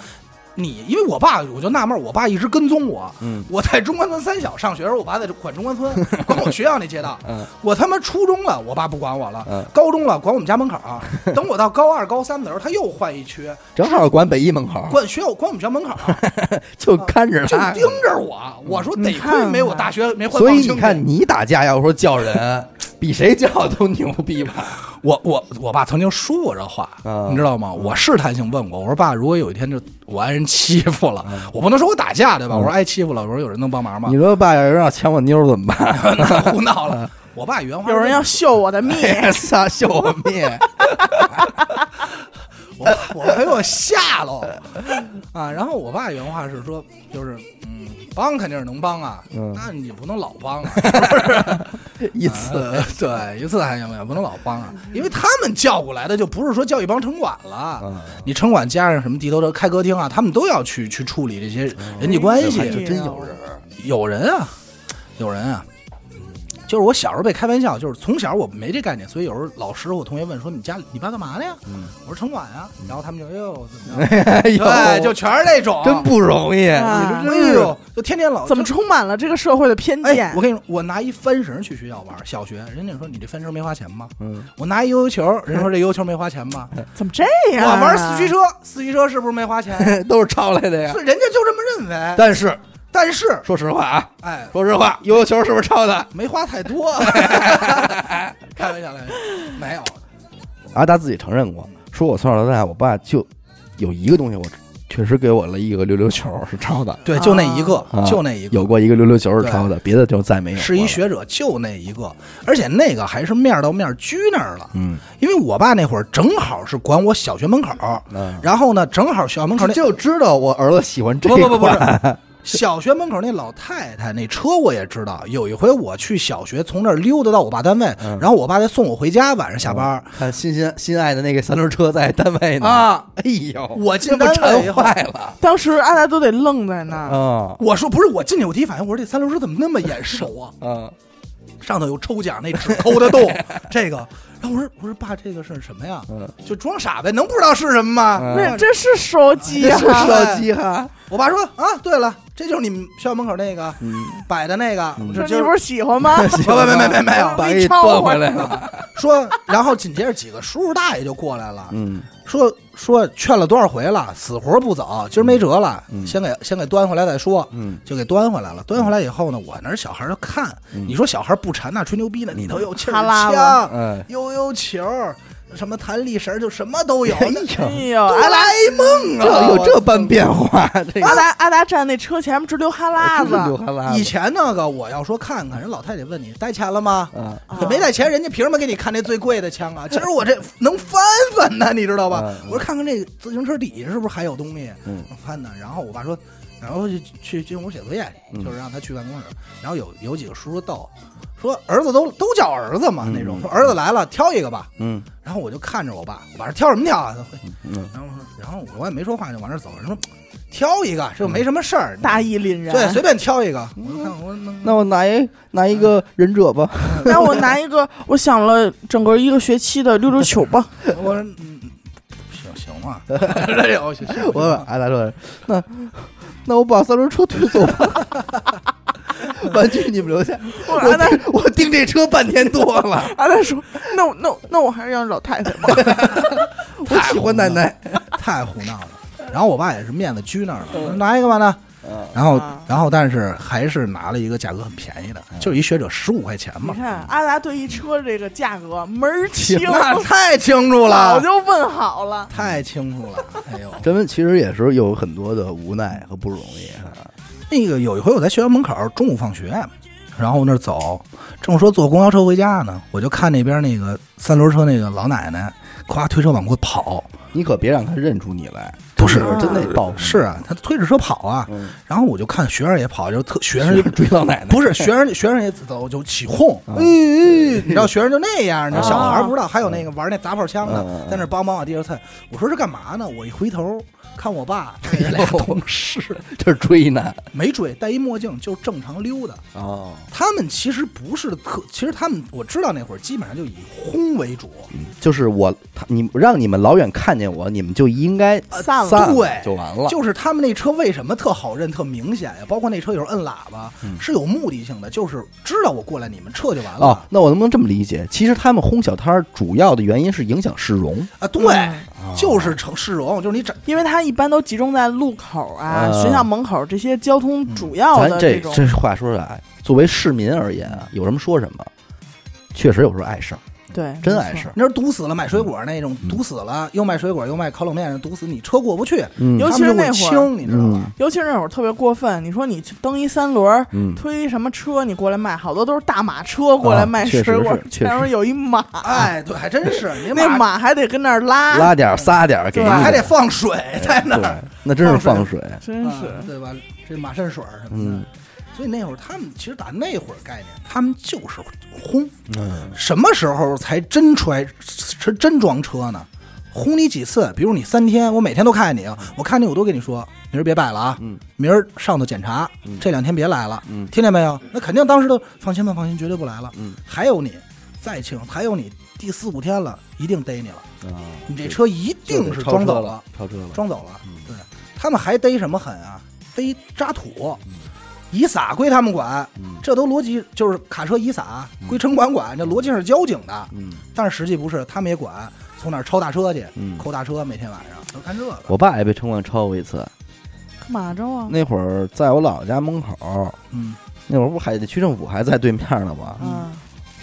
你因为我爸，我就纳闷儿，我爸一直跟踪我。嗯我在中关村三小上学的时候，我爸在管中关村， 管我学校那街道。嗯我他妈初中了，我爸不管我了；嗯高中了，管我们家门口儿。等我到高二、高三的时候，他又换一区，正好管北一门口 管学校，管我们学校门口啊儿，就看着 就他盯。着我。我说得亏没我大学没嗯换所望以京去。你看，你打架要说叫人， 比谁叫都牛逼 吧？我我我爸曾经说过这话，啊你知道吗？我试探性问过，我说爸，如果有一天这我爱人欺负了，我不能说我打架对吧？我说挨欺负了，我说有人能帮忙吗嗯你？ 说爸要人要抢我妞儿怎么办？那胡闹了。我爸原话是有人要秀我的蜜， 操，秀我灭！我我给我吓喽啊！然后我爸原话是说，就是嗯，帮肯定是能帮啊，嗯那你不能老帮啊，一次呃对，一次还行吧，不能老帮啊，因为他们叫过来的就不是说叫一帮城管了，嗯你城管加上什么地头蛇、开歌厅啊，他们都要去去处理这些人际关系。哎呦就嗯真有人儿有人啊，有人啊，就是我小时候被开玩笑，就是从小我没这概念，所以有时候老师或同学问说你家里你爸干嘛的呀？嗯我说城管啊，然后他们就哎呦怎么着，哎呦， 对，就全是那种真不容易。啊哎呦，就天天老怎么就充满了这个社会的偏哎见，？我跟你说，我拿一翻绳去学校玩，小学人家说你这翻绳没花钱吗？嗯，我拿一悠悠球，人家说这悠悠球没花钱 吗？怎么这我样啊？玩四驱车，四驱车是不是没 花钱？ 都是抄来的呀所。以人家就这么认为。 但是但是，说实话啊，哎，说实话，悠悠球是不是抄的？没花 太多， 开玩笑，开玩笑，没有，阿达自己承认过，说我从小到大，我爸就有一个东西，我确实给我了一个溜溜球是抄的，对，就那一个，啊就那一个，有过一个溜溜球是抄的，别的就再没有。是一，学者，就那一个，而且那个还是面到面撅那儿了，嗯，因为我爸那会儿正好是管我小学门口，嗯然后呢，正好学校门口那就知道我儿子喜欢这不一不不不款是。小学门口那老太太那车我也知道，有一回我去小学从那儿溜达到我爸单位，嗯然后我爸再送我回家，晚上下班。看欣欣心爱的那个三轮车在单位呢，啊！哎呦，我进哎这不单位以馋后坏了当时阿达都得愣在那嗯儿，啊我说不是，我进去我第一反应，我说这三轮车怎么那么眼熟 啊？啊！上头有抽奖那纸抠 得动，这个。然后我说我说爸，这个是什么呀？嗯就装傻呗，能不知道是什么吗？嗯不是这是手机这啊是，手机哈，我爸说啊，对了，这就是你们学校门口那个、嗯摆的那个，这说就你不是喜欢吗？ 啊没没没没没有把把给给端端回回来来了。说。然后紧接着几个叔叔大爷就过来了，嗯，说说劝了多少回了，死活不走，今儿没辙了，先给先给端回来再说。嗯，就给端回来了。端回来以后呢，我那儿小孩儿就看，嗯你说小孩儿不馋那吹牛逼呢，里头有气哈儿枪喇子、哎，悠悠球儿、什么弹力绳儿，就什么都有。那哎呦，阿哆达啦 A 梦这啊！有这般变化，这阿个达阿达站那车前面直流哈喇流子，哈喇以子前那个我要说看看，人老太太问你带钱了吗？啊，你没带钱，人家凭什么给你看那最贵的枪啊？今儿我这能翻翻呢，你知道吧嗯？嗯我说看看这个自行车底下是不是还有东西嗯，翻呢。然后我爸说，然后就去进屋写作业去，嗯就是让他去办公室。然后有有几个叔叔逗，说儿子都都叫儿子嘛嗯那种，嗯说儿子来了挑一个吧。嗯然后我就看着我爸，我爸说挑什么挑啊？嗯，然后我说然后我也没说话就往那儿走，人说挑一个，这没什么事儿，大义凛对，随然。便挑一个。我嗯就看我说能那我拿一拿一个忍者吧，让我拿一个，我想了整个一个学期的溜溜 球吧。我说 嗯，行行嘛，这有行行哎我把阿达说，那那我把三轮车推走吧， 玩具你们留下。我我让他盯我盯这车半天多了，让他说，那我那我那我还是让老太太吧。 我喜欢奶奶。太胡闹了。然后我爸也是面子拘那儿了，拿一个吧呢。然后啊，然后，但是还是拿了一个价格很便宜的，就是一学者十五块钱你嘛。看阿达对一车这个价格门儿清， 那太清楚早了，就问好了。太清楚了。哎呦，咱们其实也是有很多的无奈和不容易，那个有一回我在学校门口中午放学，然后我那儿走，正说坐公交车回家呢，我就看那边那个三轮车那个老奶奶，咵推车往过跑，你可别让他认出你来，不是真得报复是啊，她推着车跑啊，嗯然后我就看学生也跑，就特学生学就生追老奶奶， 不是学生，学生也走就起哄，啊哎，哎你知道学生就那样，你知道小孩啊不知道，还有那个玩那砸炮枪的嗯嗯，嗯在那梆梆往地上踹。我说这干嘛呢？我一回头看 我爸带着俩同事，这是追呢。没追，戴一墨镜就正常溜达。哦，他们其实不是特，其实他们我知道那会儿基本上就以轰为主，嗯就是我，他你让你们老远看见我，你们就应该呃散了散对就完了。就是他们那车为什么特好认、特明显呀？包括那车有时候摁喇叭嗯是有目的性的，就是知道我过来，你们撤就完哦了，那我能不能这么理解？其实他们轰小摊儿主要的原因是影响市容，啊。对，嗯就是成市容，就是你整。因为它一般都集中在路口啊、啊学校门口这些交通主要咱的这种。这话说出来，作为市民而言啊，有什么说什么，确实有时候碍事儿，对，真没碍错事儿。你说堵死了卖水果那种嗯，堵死了又卖水果又卖烤冷面，堵死你车过不去，嗯尤他其们就是那会会儿，轻，你知道吗？尤其是那会儿特别过分。你说你去蹬一三轮儿，嗯，推什么车你过来卖，好多都是大马车过来啊卖确水实果是，确前面实有一马，哎，对，还真是，你那马马还得跟那儿拉，拉点儿撒点儿给对力，嗯还得放水嗯在那儿，对，那真是放放水。真是。啊对吧？这马渗水儿什么嗯的。所以那会儿他们其实打那会儿概念，他们就是轰。嗯，什么时候才真揣是真装车呢？轰你几次？比如你三天，我每天都看见你，啊我看你我都跟你说，明儿别摆了啊，嗯明儿上头检查，嗯这两天别来了，嗯听见没有？那肯定当时都放心吧，放心，绝对不来了。嗯还有你再请，还有你第四五天了，一定逮你了，啊，你这车一定是装走了，，超车了，装走了。嗯对，他们还逮什么狠啊？逮渣土，以撒归他们管，嗯这都逻辑就是卡车以撒啊归城管管，这逻辑上是交警的，嗯，但是实际不是，他们也管，从哪儿抄大车去，嗯扣大车，每天晚上都看这 个。我爸也被城管抄过一次。干嘛着啊？那会儿在我姥姥家门口，哦嗯，那会儿不海淀区政府还在对面呢吗？嗯，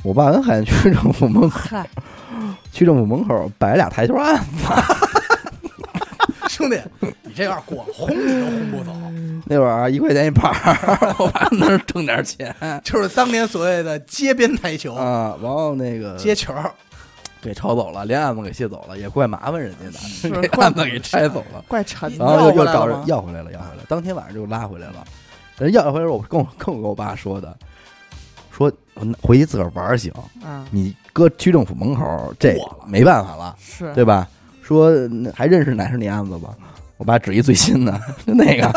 我爸跟海淀区政府门口， 嗨，区政府门口摆俩台球案子。兄弟，你这有点过了，轰你都轰 不走，那会儿一块钱一板儿，我爸那儿挣点钱 就是当年所谓的街边台球、啊。然后那个哦接球，给抄走了，连案子给卸走了，也怪麻烦人 家 的，是给案子给拆走了。怪沉然的。后又又要回来了找人吗要回来了，要回来了。当天晚上就拉回来了。人要回来，我跟我跟我跟我爸说的，说我回去自个儿玩儿行，嗯，你搁区政府门口这过了没办法了，是对吧？说那还认识哪是你案子吧？我爸指一最新的，就那个，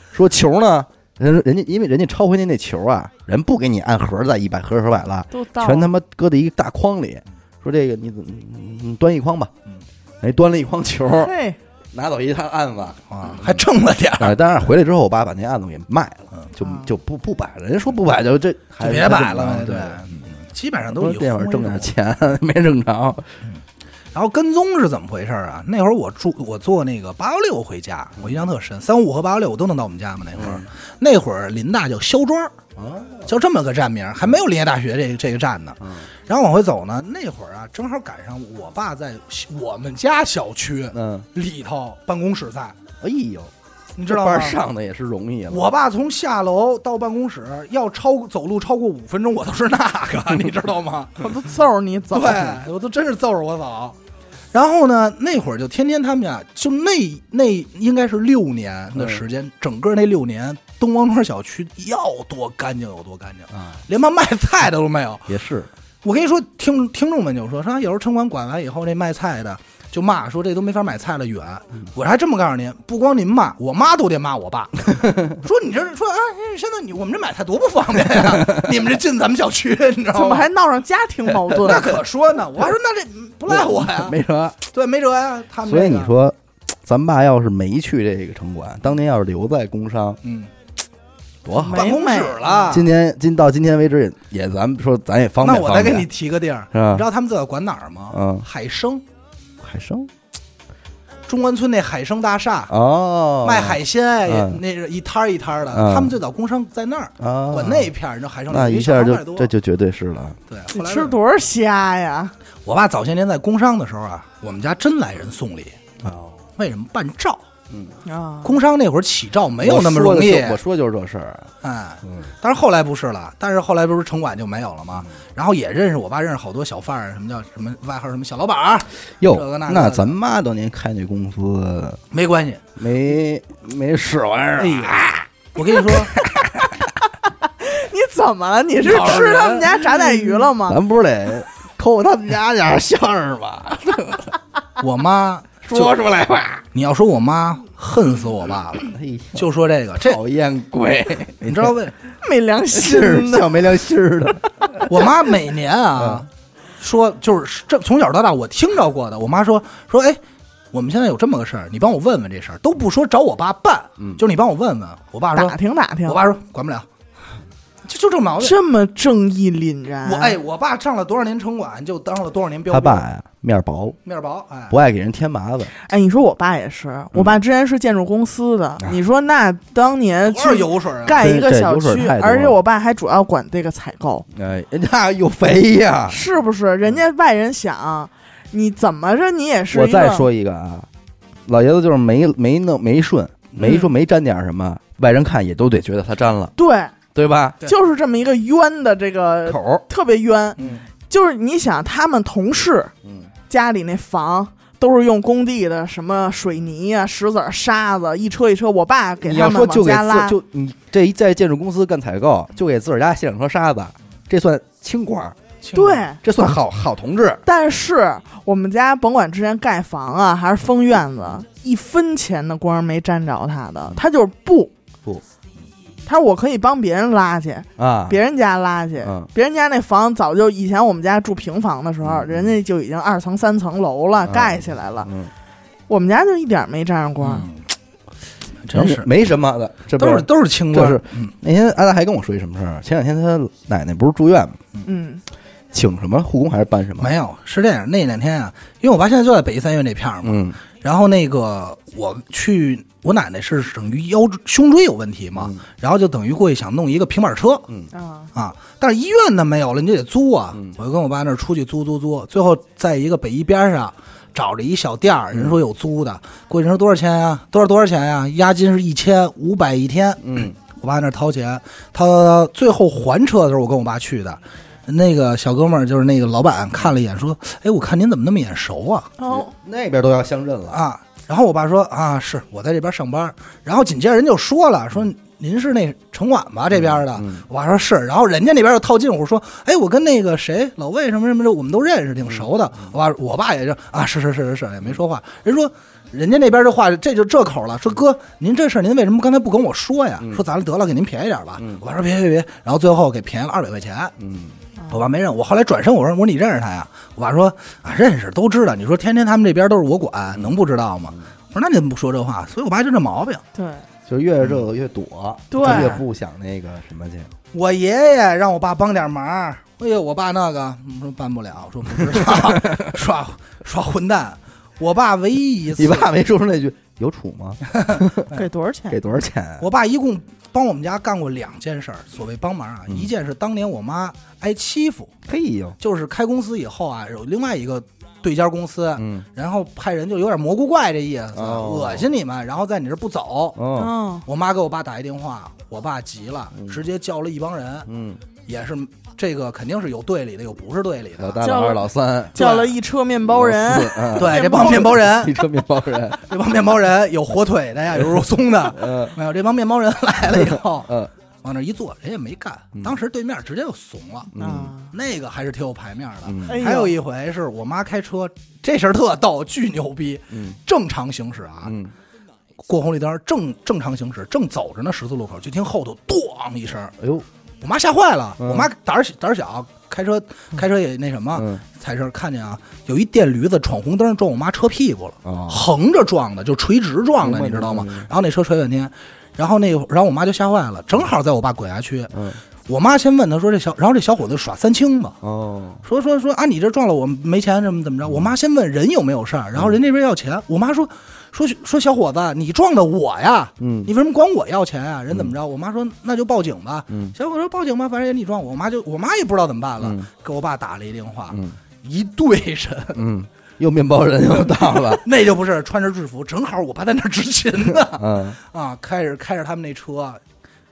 说球呢，人人家因为人家抄回去那球啊，人不给你按盒儿再一百盒盒摆了，都到全他妈搁在一个大筐里，说这个你怎你你端一筐吧嗯，哎，端了一筐球， 嘿，拿走一趟案子。啊，还挣了点儿。啊，当然回来之后，我爸把那案子给卖了嗯，就啊就不不摆了。人家说不摆就这还就别摆了还呗，这对么着，基本上对，说都以那会轰儿为挣主点钱 没挣着，然后跟踪是怎么回事儿啊？那会儿我住我坐那个八幺六回家，我印象特深，三五和八幺六我都能到我们家嘛。那会嗯儿、那会儿林大叫肖庄儿，哦叫这么个站名儿，还没有林业大学这个这个站呢。嗯然后往回走呢，那会儿啊，正好赶上我爸在我们家小区嗯，里头办公室在，哎呦，你你知道班吗儿？上的也是容易了，我爸从下楼到办公室要超走路超过五分钟，我都是那 个，你知道吗？我都揍着你走。对， 我都真是揍着我走。然后呢，那会儿就天天他们家就那那应该是六年的时嗯间，整个那六年东王庄小区要多干净有多干净，嗯啊，连妈卖菜的都没有。 也是，我跟你说，听听众们就说说，啊有时候城管管完以后，那卖菜的就骂说这都没法买菜了，远。嗯我还这么告诉您，不光您骂，我妈都得骂我 爸，说你这说啊，现在你我们这买菜多不方便呀、你们这进咱们小区，你知怎道么吗还？闹上家庭矛 盾？那可说呢，我还说那这不赖我呀，没辙。对，没辙呀。他们所以这个你说，咱爸要是没去这个城管，当年要是留在工商，嗯，多好。啊办公室了。今年今到今天为止也也，咱们说咱也方便那方便。我再给你提个地儿，是吧你知道他们最早管哪儿吗？嗯海生，海生中关村那海生大厦，哦，卖海鲜，啊也嗯那是一摊儿一摊儿的。嗯他们最早工商在那儿，啊，管那一片儿，你知道海生那离一下小就贩多这就绝对是了。啊对。你后来吃多少虾呀？我爸早些年在工商的时候啊，我们家真来人送礼，哦，为什么办照？啊，工商那会儿起照没有那么容易，我说就是这事儿，哎嗯，但是后来不是了，但是后来不是城管就没有了吗？然后也认识我爸，认识好多小贩儿，什么叫什么外号什么小老板儿，哟这个，那个那的咱妈当年开那公司没关系。没没使唤哎是吧？呦，我跟你说， 你怎么了？你是吃他们家炸带鱼了吗？啊咱不是得抠他们家点馅儿吗？我妈就说出来吧。你要说我妈恨死我爸了，哎呀，就说这个，这讨厌鬼，你知道为没良 心是的，像没良心儿的。我妈每年啊，说就是这从小到大我听着过的，我妈说说哎，我们现在有这么个事儿，你帮我问问这事儿，都不说找我爸办，就是你帮我问问。我爸说打，听打听我，爸说管不了，就就这毛病。这么正义凛然。我哎，我爸上了多少年城管，就当了多少年 标啊他兵，爸呀，面薄，面薄，哎不，爱给人添麻烦。哎，你说我爸也嗯是，我爸之前是建筑公司的。哎你说那当年多少去油水啊！盖一这个这小油水区，太多而且了我爸还主要管这个采购，哎，那又肥 呀！是不是？人家外人想，你怎么着你也是我一个再说一个啊，老爷子就是没没弄没顺，没说没沾点什么，外人看也都得觉得他沾了，对，对吧？对就是这么一个冤的这个口儿，特别冤。嗯，就是你想，他们同事嗯，家里那房都是用工地的什么水泥啊、石子儿、沙子，一车一车，我爸给你他要们说就往给家自拉。就你这一在建筑公司干采购，就给自个儿家卸两车沙子，这算清官儿，对，这 算好好同志。但是我们家甭管之前盖房啊，还是封院子，一分钱的光没沾着他的，他就是不不，他说我可以帮别人拉去，啊，别人家拉去，嗯别人家那房早就以前我们家住平房的时候，嗯人家就已经二层三层楼了，嗯盖起来了，嗯，我们家就一点没沾上光。嗯，真是没什么的，这不都是都是清官，这是嗯那天安达还跟我说一什么事儿？前两天他奶奶不是住院吗？嗯，请什么护工还是办什么？没有是这样。那两天啊，因为我爸现在就在北医三院那片儿嘛，嗯然后那个我去，我奶奶是等于腰椎胸椎有问题嘛，嗯然后就等于过去想弄一个平板车啊，啊，但是医院呢没有了，你就得租啊。嗯我就跟我爸那儿出去租租租，最后在一个北一边上找着一小店儿，人说有嗯租的，过去人说多少钱啊？多少多少钱啊？押金是一千五百一天。嗯，我爸那儿掏钱，掏掏掏，最后还车的时候，我跟我爸去的。那个小哥们儿就是那个老板，看了一眼说：“哎，我看您怎么那么眼熟啊？”哦，那边都要相认了，啊。然后我爸说啊，是我在这边上班。然后紧接着人就说了，说您是那城管吧这边的？嗯我爸说是。然后人家那边又套近乎说，哎，我跟那个谁老魏什么什么的，我们都认识，挺熟的。嗯我爸我爸也是啊，是是是是是，也没说话。人说。人家那边这话这就这口了，说哥，您这事儿您为什么刚才不跟我说呀？嗯说咱得了，给您便宜点吧。我爸说别别别，然后最后给便宜了二百块钱。嗯，我爸没认我。后来转身我说：“我说你认识他呀？”我爸说：“啊，认识，都知道。你说天天他们这边都是我管，能不知道吗？”我说：“那你怎么不说这话？”所以我爸就这毛病。对，就是越这个越躲，对他越不想那个什么去。我爷爷让我爸帮点忙，哎呦，我爸那个我说办不了，我说不知道， 耍耍混蛋。我爸唯一一次，你爸没说出那句“有处 吗？给多少钱？给多少钱我爸一共帮我们家干过两件事儿，所谓帮忙啊，嗯一件是当年我妈挨欺负，”？嘿呦，就是开公司以后啊，有另外一个对家公司，嗯，然后派人就有点蘑菇怪这意思，哦恶心你们，然后在你这儿不走。哦，嗯，我妈给我爸打一电话，我爸急了，直接叫了一帮人，嗯，也是这个肯定是有队里的，有不是队里老的。大、老二、老三，叫了一车面包老人 四，，嗯对，这面包帮面包人，一 车面包人，这帮面包人有火腿 的呀，有肉松的，嗯没有？这帮面包人来了以后，嗯往那儿一坐，人也没干。当时对面直接就怂了，嗯啊，那个还是挺有牌面的。嗯哎呦还有一回是我妈开车，这事儿特逗，巨牛逼。嗯正常行驶啊，嗯，过红绿灯，正正常行驶，正走着呢，十字路口就听后头咣一声，哎呦，我妈吓坏了，嗯我妈胆儿小胆儿小，开车开车也那什么，嗯踩这儿看见啊，有一电驴子闯红灯撞我妈车屁股了，啊，横着撞的，就垂直撞的，明白你知道吗明白明白？然后那车锤半天，然后那会儿然后我妈就吓坏了，正好在我爸管辖区，嗯我妈先问他说这小，然后这小伙子耍三清嘛，哦，说说说啊，你这撞了我没钱怎么怎嗯么着？我妈先问人有没有事儿，然后人这边要钱，我妈说说说小伙子，你撞的我呀，嗯你为什么管我要钱啊？人怎么着？我妈说那就报警吧。嗯小伙子说报警吧，反正也你撞我，我妈就我妈也不知道怎么办了，嗯给我爸打了一电话，嗯一队人，嗯，又面包人又到了， 那就不是穿着制服，正好我爸在那儿执勤呢嗯啊，开着开着他们那车。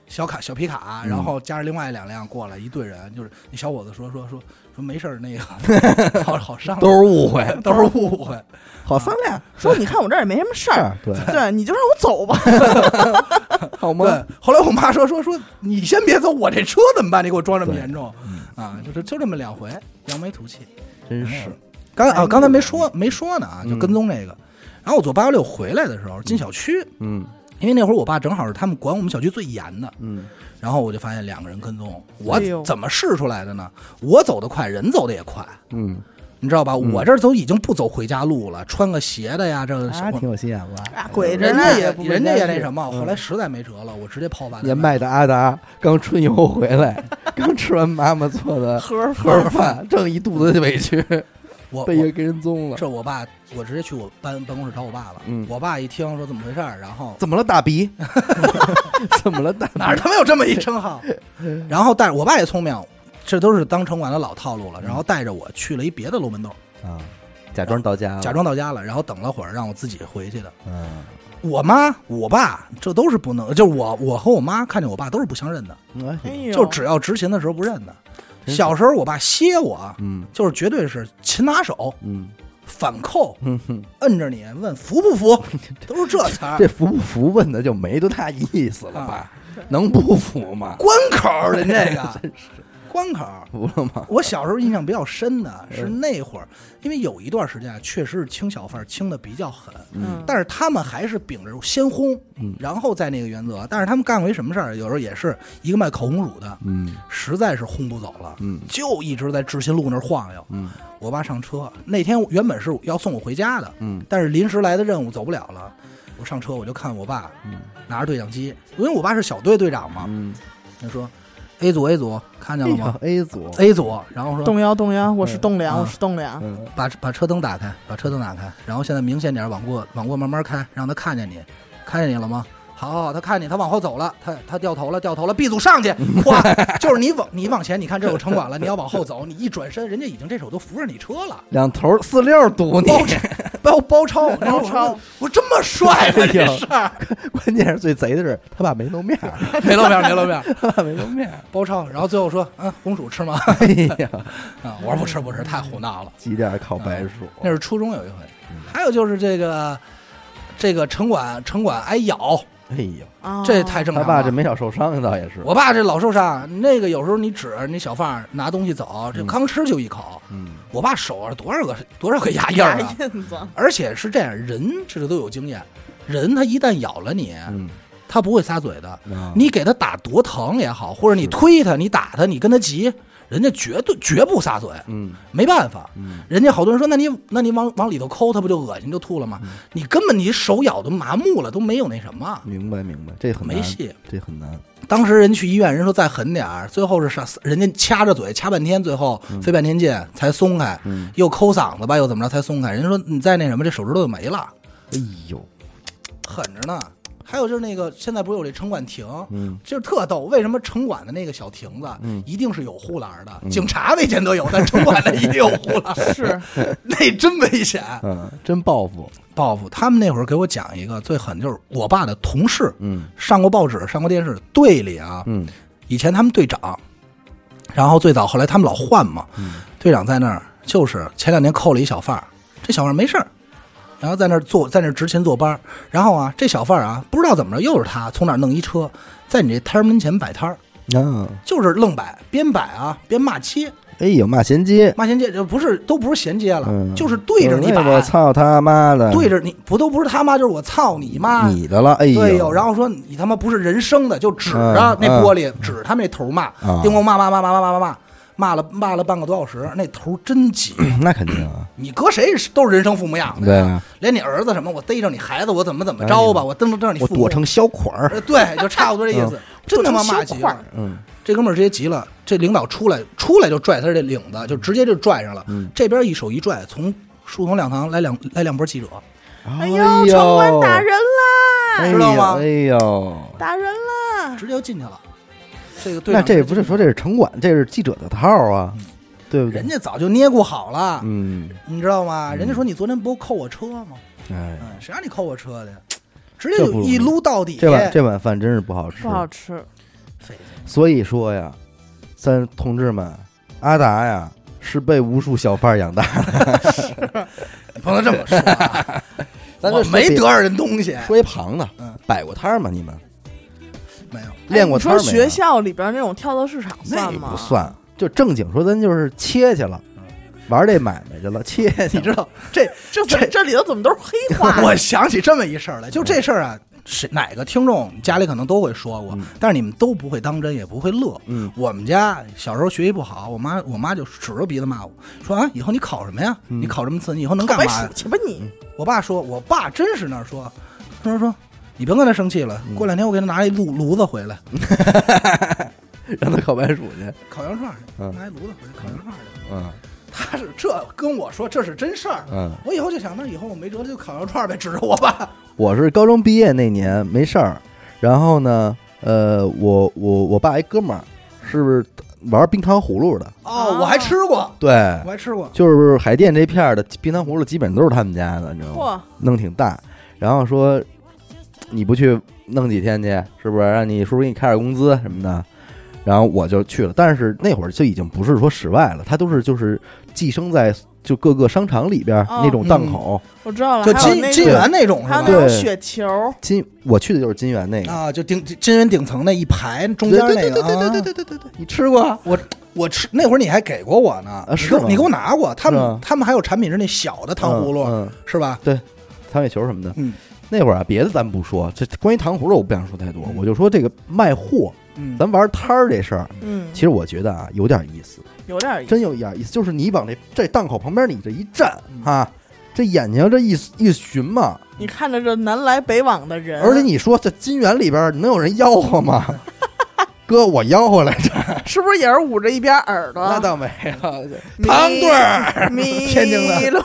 小卡小皮卡，然后加上另外两辆过来，一队人，就是那小伙子说说说说没事儿，那 个好好商量，都是误会， 都是误会。好商量，说你看我这儿也没什么事儿，对，对，你就让我走吧。 好吗？对，后来我妈说说说你先别走，我这车怎么办？你给我装这么严重啊？就是就这么两回，扬眉吐气。真是，刚啊，刚才没说没说呢啊，就嗯跟踪这个。然后我坐八幺六回来的时候进小区，嗯因为那会儿我爸正好是他们管我们小区最严的，嗯然后我就发现两个人跟踪，我哎呦怎么试出来的呢？我走得快，人走得也快。嗯，你知道吧？我这走已经不走回家路了，穿个鞋的呀，这个小有心眼吧？啊鬼着人呢家也不人家也那是什么，后来实在没辙了，我直接泡吧。年迈的阿达刚春游回来，刚吃完妈妈做的盒 盒儿饭，正一肚子委屈，我被我人跟人踪了。这我爸，我直接去我办办公室找我爸了。嗯我爸一听说怎么回事儿，然后 怎么了，大鼻？ 怎么了，大鼻？哪儿他妈有这么一称号？ 然后带我爸也聪明，这都是当城管的老套路了。然后带着我去了一别的楼门洞，啊？假装到家了，假装到家了，然后等了会儿让我自己回去的。嗯，我妈、我爸这都是不能，就是我我和我妈看见我爸都是不相认的，哎哎呦，就只要执勤的时候不认的。真是小时候我爸歇我，啊嗯就是绝对是擒拿手、嗯反扣，嗯哼，摁着你问服 不服，都是这词儿。这服不服问的就没多大意思了吧？能不服 吗？关口儿的 那个，关口儿。服了吗？嗯我小时候印象比较深的是那会儿，因为有一段时间啊，确实是清小贩儿清的比较狠，嗯但是他们还是秉着先轰，嗯然后再那个原则。但是他们干过一什么事儿？有时候也是一个卖烤红薯的，嗯实在是轰不走了，嗯就一直在志新路那儿晃悠。嗯我爸上车那天原本是要送我回家的，嗯但是临时来的任务走不了了，我上车我就看我爸嗯拿着对讲机，因为我爸是小队队长嘛，嗯，哎他说 A 组 A 组看见了吗、 ？A 组， a 组，然后说动摇动摇，我是栋梁，嗯我是栋梁。嗯把把车灯打开，把车灯打开，然后现在明显点，往过往过慢慢开，让他看见你，看见你了吗？好好，好，他看见你，他往后走了，他他掉头了，掉头了，B 组上去， 哗，就是你往你往前，你看这有城管了，你要往后走，你一转身，人家已经这手都扶着你车了，两头四六堵你，包包包抄，然后我说抄，我这么帅吗？这事儿 关键是最贼的是他爸没露面儿， 没露面， 没露面，他爸没露面儿。包抄，然后最后说，嗯，红薯吃吗？ 哎呀，啊，我说不吃不吃，太胡闹了。几点烤白薯？那是初中有一回，还有就是这个这个城管城管挨咬，哎呦，啊这太正他常爸了。这没少受伤，倒也是。我爸这老受伤，那个有时候你指着那小贩儿拿东西走，这嗯吭哧就一口。嗯我爸手上多少个多少个牙 印牙儿啊！印子，而且是这样，人这个都有经验，人他一旦咬了你，嗯，他不会撒嘴的。啊你给他打多疼也好，或者你是推他，你打他，你跟他急，人家绝对绝不撒嘴，嗯没办法。嗯人家好多人说，那你那你往往里头抠，他不就恶心就吐了吗？嗯你根本你手咬都麻木了，都没有那什么。明白明白，这很难没戏，这很难。当时人去医院，人说再狠点儿，最后是啥？人家掐着嘴掐半天，最后费半天劲才松开，嗯又抠嗓子吧，又怎么着才松开？人家说你再那什么，这手指头就没了，哎呦，狠着呢。 还有就是那个现在不是有这城管亭，嗯就是特逗。为什么城管的那个小亭子，嗯一定是有护栏的？警察没见得有，但城管的一定有护栏，是 那真危险。嗯，真报复。报复。他们那会儿给我讲一个最狠，就是我爸的同事嗯上过报纸、上过电视，队里啊，嗯以前他们队长，然后最早后来他们老换嘛，嗯队长在那儿就是前两年扣了一小贩儿，这小贩儿没事儿。然后在那儿做，在那儿执勤坐班儿然后啊，这小贩儿啊，不知道怎么着，又是他从哪儿弄一车，在你这摊儿门前摆摊儿，啊，就是愣摆，边摆啊边骂街，哎呦，骂衔接，骂衔接就不是都不是衔接了，嗯就是对着你哎把，我操他妈的，对着你不都不是他妈就是我操你妈，嗯你的了，哎呦，对有，然后说你他妈不是人生的，就指着嗯那玻璃，指着他们那头骂啊，叮咣骂骂骂骂骂骂骂，骂了骂了半个多小时，那头真急。那肯定啊，你搁谁都是人生父母养的，对啊，连你儿子什么，我逮着你孩子，我怎么怎么着吧，我蹬着蹬着你我父母，躲成嗯小款儿，呃对，就差不多这意思， 真他妈骂急了。嗯，这哥们儿直接急了，这领导出来出来就拽他这领子，就直接就拽上了，嗯这边一手一拽，从树丛两旁来两来两波记者，哎呦，城管打人啦，哎呦，知道吗哎呦，打人啦！直接就进去了。这个队那长这不是说这是城管，这是记者的套啊，对不对人？家早就捏咕好了，嗯，你知道吗？人家说你昨天不扣我车吗？哎，嗯，谁让你扣我车的？直接这就不容易一撸到底。这碗这碗饭真是不好吃不，好吃，所以说呀，三同志们，阿达呀是被无数小贩儿养大的，你不能这么说啊， 咱我就说没别得着人东西， 说一旁的嗯，摆过摊儿吗？你们没有。练过哎你摊儿说没有？啊学校里边那种跳蚤市场那算也吗？不算，就正经说，咱就是切去了，玩这买卖去了，切去你了。知道这这怎么这？这里头怎么都是黑 话我想起这么一事儿来，就这事儿啊，是哪个听众家里可能都会说过，但是你们都不会当真，也不会乐。嗯， 我们家小时候学习不好，我妈我妈就指着鼻子骂我说啊，以后你考什么呀？嗯你考什么次？你以后能干白嘛呀数？去吧你！我爸说，我爸真是那儿说，他说说。你甭跟他生气了，嗯过两天我给他拿一炉炉子回来，让他烤白薯去。烤羊串儿去，嗯拿一炉子回来烤羊串儿去。嗯他是这跟我说这是真事儿，嗯，我以后就想，那以后我没辙就烤羊串儿呗，指着我爸。我是高中毕业那年没事儿，然后呢，呃，我我我爸一哥们儿是玩冰糖葫芦的，哦，我还吃过，对我，还吃过，就是海淀这片儿的冰糖葫芦基本上都是他们家的，你知道吗？嚯，弄挺大，然后说你不去弄几天去，是不是？让你叔叔给你开点工资什么的。然后我就去了，但是那会儿就已经不是说室外了，他都是就是寄生在就各个商场里边儿哦那种档口。我知道了，就哦还有金那金个，源那种是还有吧那？种对雪球，金我去的就是金源那个，啊，就顶金源顶层那一排中间那个，对对对对对啊对对对对，你吃过啊？我我吃那会儿你还给过我呢，啊你是给我吗你给我拿过，他是们吗他们还有产品是那小的糖葫芦、嗯，嗯是吧？糖雪球什么的。嗯，那会儿啊，别的咱不说，这关于糖葫芦我不想说太多，我就说这个卖货，嗯，哦咱玩摊儿这事儿，嗯其，实我觉得啊有点意思。有点意思。真有一点意思，就是你往这这档口旁边你这一站嗯啊，这眼睛这一一寻嘛，你看着这南来北往的人，而且你说这金源里边能有人吆喝 吗？哥，我吆喝来着，是不是也是捂着一边耳朵？那倒没 有，迷糖棍儿，迷天津的路，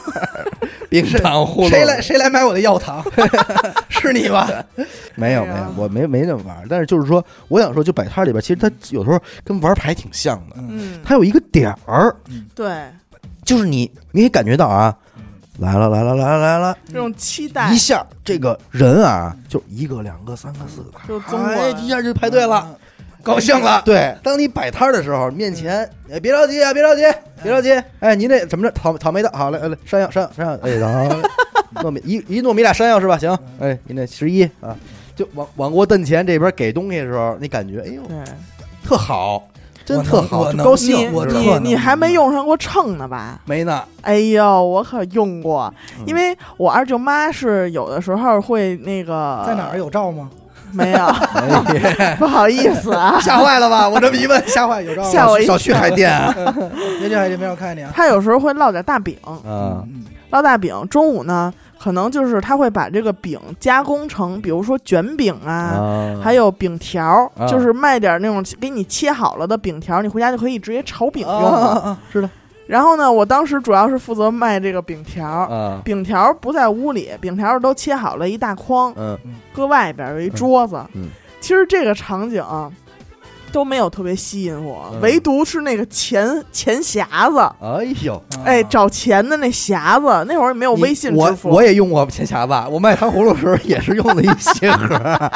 冰糖葫芦，谁来谁来买我的药糖？ 是你吧？没有没哎呀有，我没没那么玩，但是就是说，我想说，就摆摊里边，其实它有时候跟玩牌挺像的，嗯，它有一个点儿，对，就是你你也感觉到啊，来了来了来了来了，这种期待一下这个人啊，就一个、两个、三个、四个，就中国嗯哎，人一下就排队了，高兴了。对，当你摆摊儿的时候，面前嗯哎，别着急啊，别着急，别着急，哎，您这怎么着？草草莓的，好嘞，来来，山药，山药，山药，哎，然后糯米一一 糯米俩山药是吧？行，嗯哎，您这十一啊，就往往过瞪前这边给东西的时候，你感觉哎呦对，特好，真我特能好，嗯就我能高兴，我知道特吗你你还没用上过秤呢吧？没呢，哎呦，我可用过，因为我二舅妈是有的时候会那个在哪儿？有照吗？没有， 不好意思啊，哎吓坏了吧？我这么一问，吓坏有照吗？吓我一少去海淀啊，别去海淀边，我看见你啊。她有时候会烙点大饼，啊嗯，烙大饼，中午呢，可能就是她会把这个饼加工成，比如说卷饼啊。啊还有饼条儿，啊就是卖点那种给你切好了的饼条儿，你回家就可以直接炒饼用了。啊，知道然后呢，我当时主要是负责卖这个饼条儿，啊，饼条儿不在屋里，饼条儿都切好了一大筐，嗯搁外边儿有一桌子。嗯嗯其实这个场景啊都没有特别吸引我，嗯唯独是那个钱钱匣子，哎呦。啊哎，找钱的那匣子，那会儿也没有你哦微信我支付，我也用过钱匣子，我卖糖葫芦的时候也是用的一鞋盒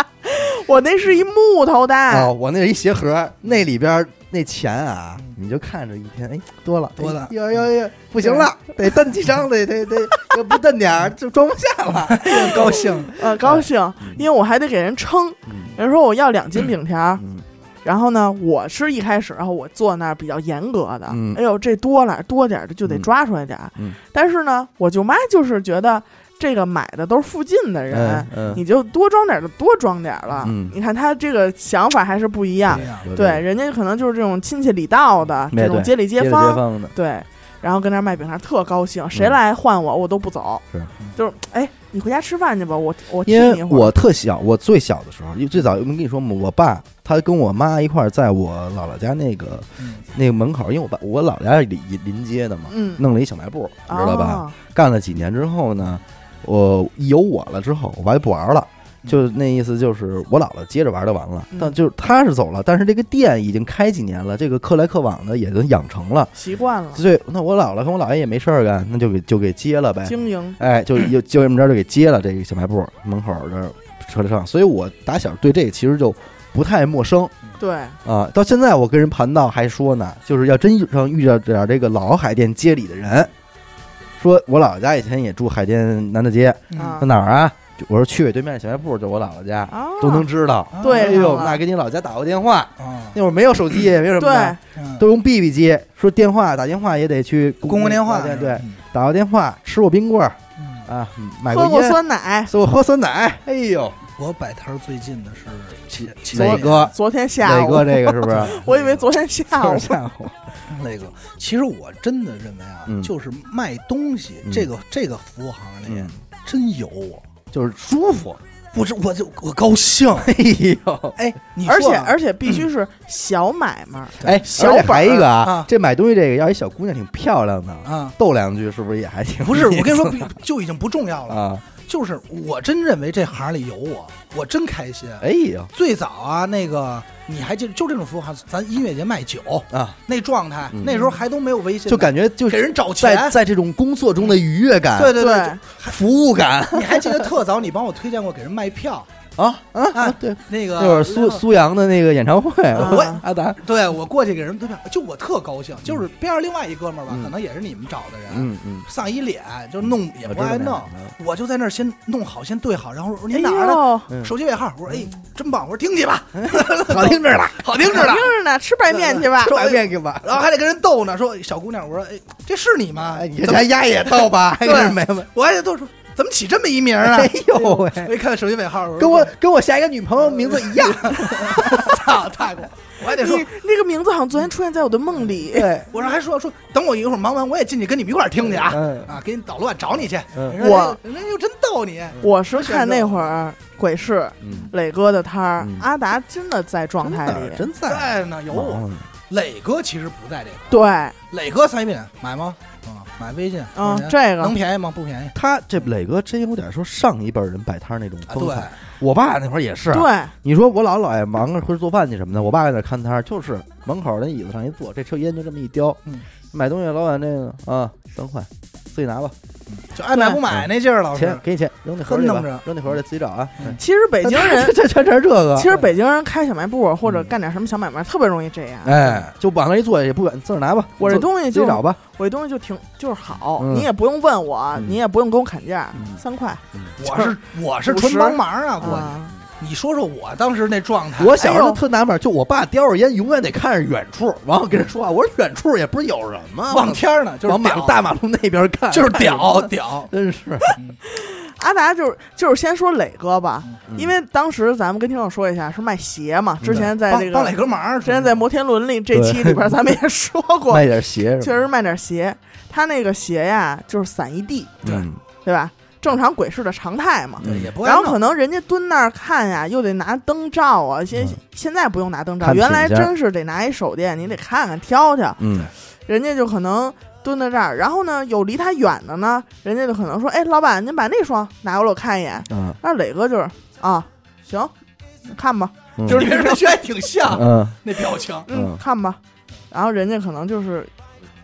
我那是一木头的，啊，我那是一鞋盒，那里边那钱啊，嗯你就看着一天，哎，多了多了哎呦呦呦，不行了，得蹬几张，得得得，要不蹬点儿就装不下 了。哎高兴，哎嗯呃，高兴，因为我还得给人称，人说我要两斤饼条儿，嗯然后呢，我是一开始，然后我坐那儿比较严格的，嗯哎呦，这多了多点儿就得抓出来点儿。嗯但是呢，我舅妈就是觉得这个买的都是啊附近的人，嗯嗯你就多装点儿就多装点儿了。嗯你看她这个想法还是不一样这，样有对，点人家可能就是这种亲戚里道的，没这种对街里街街里街坊，坊的，对，然后跟那儿卖饼干，特高兴，谁来换我，我都不走，嗯是就是哎，你回家吃饭去吧，我我替因你一为会儿，我特小，我最小的时候，因为最早我跟你说嘛，我爸他跟我妈一块儿在我姥姥家那个嗯那个门口，因为我爸我姥姥家是临临街的嘛，嗯，弄了一小卖部，你知道吧？哦？干了几年之后呢，我有我了之后，我爸就不玩了。就那意思，就是我姥姥接着玩就完了，嗯但就是他是走了，但是这个店已经开几年了，这个客来客往的也都养成了，习惯了，所以那我姥姥跟我姥爷也没事儿干，那就给就给接了呗，经营，哎，就就就这么着就给接了这个小卖部门口的车上，所以我打小对这个其实就不太陌生对，啊。到现在我跟人盘道还说呢，就是要真遇上遇到点儿这个老海淀街里的人，说我姥姥家以前也住海淀南大街，嗯啊在哪儿啊？就我说去对面小卖部，就我姥姥家，啊，都能知道。对哎上呦，了那给你老家打过电话，啊，嗯那会儿没有手机，也没有什么的对，，都用 BB 接，说电话打电话也得去公共电话对对，打过电话，吃过冰棍儿嗯，啊，买喝过过烟。酸奶，所以我喝酸奶。哎呦，我摆摊儿最近的是前前嗯磊几哥，昨天下磊午哥，这个是不 是？我以为昨天下午，吓唬。天嗯磊哥，其实我真的认为啊嗯，就是卖东西嗯这个这个服务行业嗯真有我，就是舒服。不是我就我高兴。哎呦，哎，你而说且啊而且必须是小买卖，哎，而小且还一个啊啊，这买东西这个要一小姑娘挺漂亮的，啊，逗两句是不是也还挺？ 不是我跟你说，不就已经不重要了。啊，就是我真认为这行里有我，我真开心。哎呦最早啊，那个你还记得就这种服务行，咱音乐节卖酒啊，那状态，嗯那时候还都没有微信呢，就感觉就给是人找在钱。在这种工作中的愉悦感、对对对，对服务感你还记得特早你帮我推荐过给人卖票啊啊啊！啊对，那个那会儿苏苏阳的那个演唱会，啊我阿达，对我过去给人对吧？就我特高兴，就是边上另外一哥们儿吧，嗯可能也是你们找的人，嗯嗯，上一脸就弄我也不知道爱那弄个，我就在那儿先弄好，先对好，然后我说哎您哪儿的？呦，嗯手机尾号，我说哎，真棒！我说听去吧，好听着了， 好听着听呢。着呢，吃白面去吧， 说面给吧。然后还得跟人逗呢，说小姑娘，我说哎，这是你吗？哎，你这咱丫也逗吧？还对是没问。我还得逗说怎么起这么一名儿 啊哎？呦喂！我一看手机尾号，说跟我跟我下一个女朋友名字一样， 操太过，我还得说你，那个名字好像昨天出现在我的梦里，对，我说还说说等我一会儿忙完，我也进去跟你们一块儿听去啊嗯啊，给你捣乱找你去。嗯人家我人家又真逗你，我是看那会儿鬼市嗯，磊哥的摊儿嗯，阿达真的在状态里，真嗯在在呢有我。磊哥其实不在这块儿，对，磊哥三品买吗？啊，买微信嗯， 2000这个能便宜吗？不便宜他这磊哥真有点说上一辈人摆摊那种啊，风对采。我爸那会儿也是，啊对，你说我姥姥爷忙着回去做饭去什么的，我爸在那看摊儿，就是门口那椅子上一坐，这抽烟就这么一叼嗯，买东西老板那个啊，三块，自己拿吧，就爱买不买那劲儿，老钱师。给你钱，扔那盒里真吧弄着，扔那盒里自己找啊。嗯其实北京人这全成这个，其实北京人开小卖部或者干点什么小买卖，特别容易这样。嗯哎，就往那一坐也不管，自个儿拿吧，我这自东西自就哎己找吧，我这东西就挺就是好，嗯你也不用问我，嗯你也不用跟我砍价，嗯三块我是我是纯50帮忙啊，过去。啊，你说说我当时那状态，我小时哎候呦特纳闷儿，就我爸叼着烟，永远得看着远处，然后跟人说话。我说远处也不是有人吗？望天儿呢，就是往马屌大马路那边看，就是看着屌人，屌。真是阿达就是就是先说磊哥吧，嗯因为当时咱们跟听友说一下是卖鞋嘛，之前在这帮帮磊个哥忙，之前在《摩天轮》里这期里边咱们也说 过，卖点鞋确实卖点鞋，他那个鞋呀就是散一地，对，对吧？正常鬼市的常态嘛。对也不爱然后可弄能人家蹲那儿看呀，又得拿灯照啊。现嗯现在不用拿灯照，看原来品相真是得拿一手电，你得看看挑挑。嗯人家就可能蹲在这儿，然后呢，有离他远的呢，人家就可能说：“哎，老板，您把那双拿过来我看一眼。嗯”那磊哥就是啊，行，看吧，嗯就是那人还挺像嗯那表情， 嗯嗯，看吧。然后人家可能就是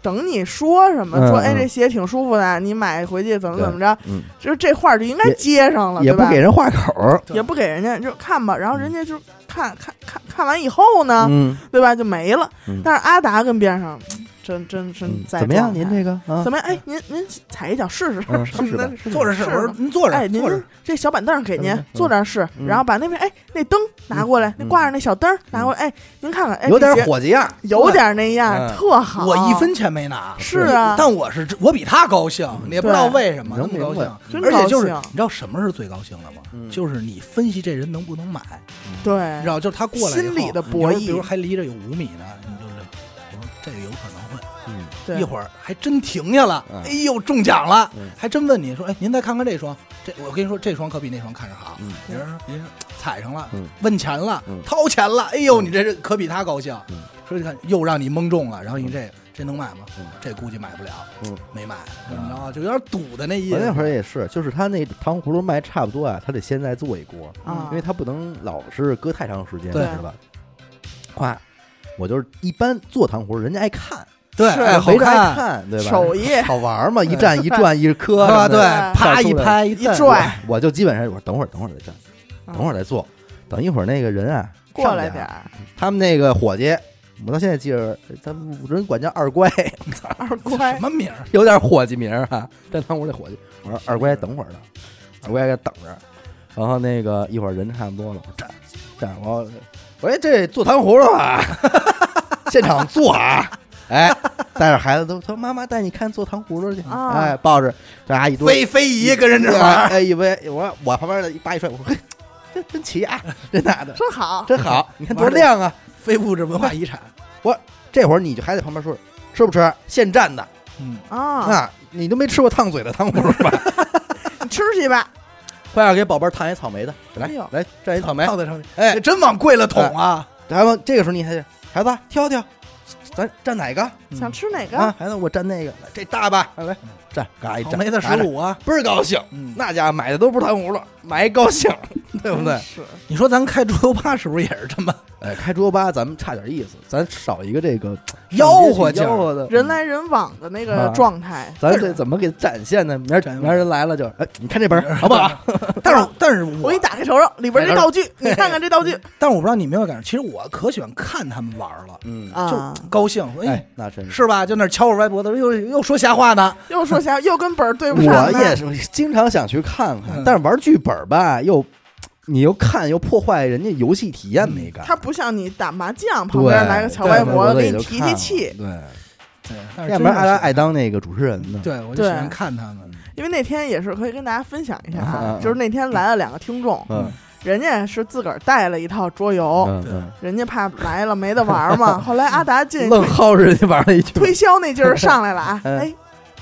等你说什么，嗯说：“嗯哎，这鞋挺舒服的，你买回去怎么怎么着。对嗯”就是这话就应该也接上了，也对不吧给？人嗯话口儿，也不给人家，就看吧。然后人家就看看看看完以后呢，嗯对吧？就没了嗯。但是阿达跟边上真真真嗯在怎么样？状态您这个啊怎，么样？哎，您您踩一脚试试嗯什么 的，坐着是，我说吗您坐哎，着，您坐着，这小板凳给您嗯坐这儿试，嗯然后把那边哎那灯拿过来，那挂着那小灯儿拿过来，哎，您看看，哎，有点这鞋伙计样儿，有点那样，嗯特好。我一分钱没拿。是啊，但我是我比他高兴，你也不知道为什么那能么高明白兴，真而且就是高兴你知道什么是最高兴的吗？嗯就是你分析这人能不能买，你对知，道，就是他过来以后哎心理的博你要弈是比如还离着有五米呢，你就是我说这个有可能会，嗯对一会儿还真停下了，嗯哎呦中奖了嗯，还真问你说，哎，您再看看这双，这我跟你说这双可比那双看着好嗯，您说您说踩上了嗯，问钱了嗯，掏钱了，哎呦嗯你这是可比他高兴嗯，说你看又让你蒙中了，然后你这个这能买吗嗯？这估计买不了嗯，哎没买，你知道吗？就有点赌的那意我思。那会儿也是，就是他那糖葫芦卖差不多啊，他得现在做一锅，啊因为他不能老是搁太长时间，对是吧？夸，我就是一般做糖葫芦，人家爱看，对，是哎啊好没人爱看，看，对吧？手艺 好玩儿嘛，一站一 转一磕什啊，么对的，，嗯啪到处一的拍一一蹬拽我就基本上我说等会儿，等会儿再站，啊等会儿再做，等一会儿那个人啊过来点点儿，儿，他们那个伙计，我到现在记着，咱们人管叫 二乖， 二什乖，么名儿？有点伙计名儿啊。站堂屋那伙计，我说二乖等会儿呢，二乖在等着。然后那个一会儿人差不多了，我说站站，我我说哎这做糖葫芦啊， 现场做啊。 哎，带着孩子都说妈妈带你看做糖葫芦去，啊哎，抱着这阿姨多非非遗跟人这玩儿， 哎，一威，我我旁边的一扒一帅，我说嘿，真真齐啊，这那的真好，真好，你看多亮啊！非物质文化遗产。这会儿你就还在旁边说吃不吃现蘸的嗯，啊，啊？你都没吃过烫嘴的糖葫芦吧？你吃去吧， 快点给宝贝儿烫一草莓的，来哎呦来蘸一草莓套，在上面，哎这，真往贵了捅啊！然后这个时候你还得孩子挑挑，咱蘸哪个想吃哪啊个？？孩子我蘸那个，来这大吧，来来蘸，嘎一蘸，草莓的嘎十着五啊，倍儿高兴。嗯，那家伙买的都不是糖葫芦，买一高兴，对不对真？是你说咱开桌游吧是不是也是 这么哎，开桌吧，咱们差点意思，咱少一个这个吆喝劲吆儿？喝的人来人往的那个啊状态，咱得怎么给展现呢？明儿展现明儿人来了就，哎，你看这本 儿好不好？但 是但是我我给你打开瞅瞅里哎边这 道具，你看看这道具但是我不知道你有没有感受，其实我可喜欢看他们玩儿了，嗯，啊，就高兴，哎哎，，那真是。是吧？就那儿敲我歪脖子，又又说瞎话呢。又说啥又跟本儿对不上我了，也是经常想去看看，嗯但是玩剧本吧，又你又看又破坏人家游戏体验美感。它不像你打麻将对旁边来个小歪脖子给你提提，对气，哎对对对，哎对但是要真不然阿拉是爱当那个主持人呢。对，我就喜对欢看他们。因为那天也是可以跟大家分享一下啊啊啊啊，就是那天来了两个听众，嗯人家是自个儿带了一套桌游，嗯对嗯人家怕来了没得玩 嘛。后来阿达进去愣薅着人家玩了一推句，销那劲儿上来了啊，嗯哎，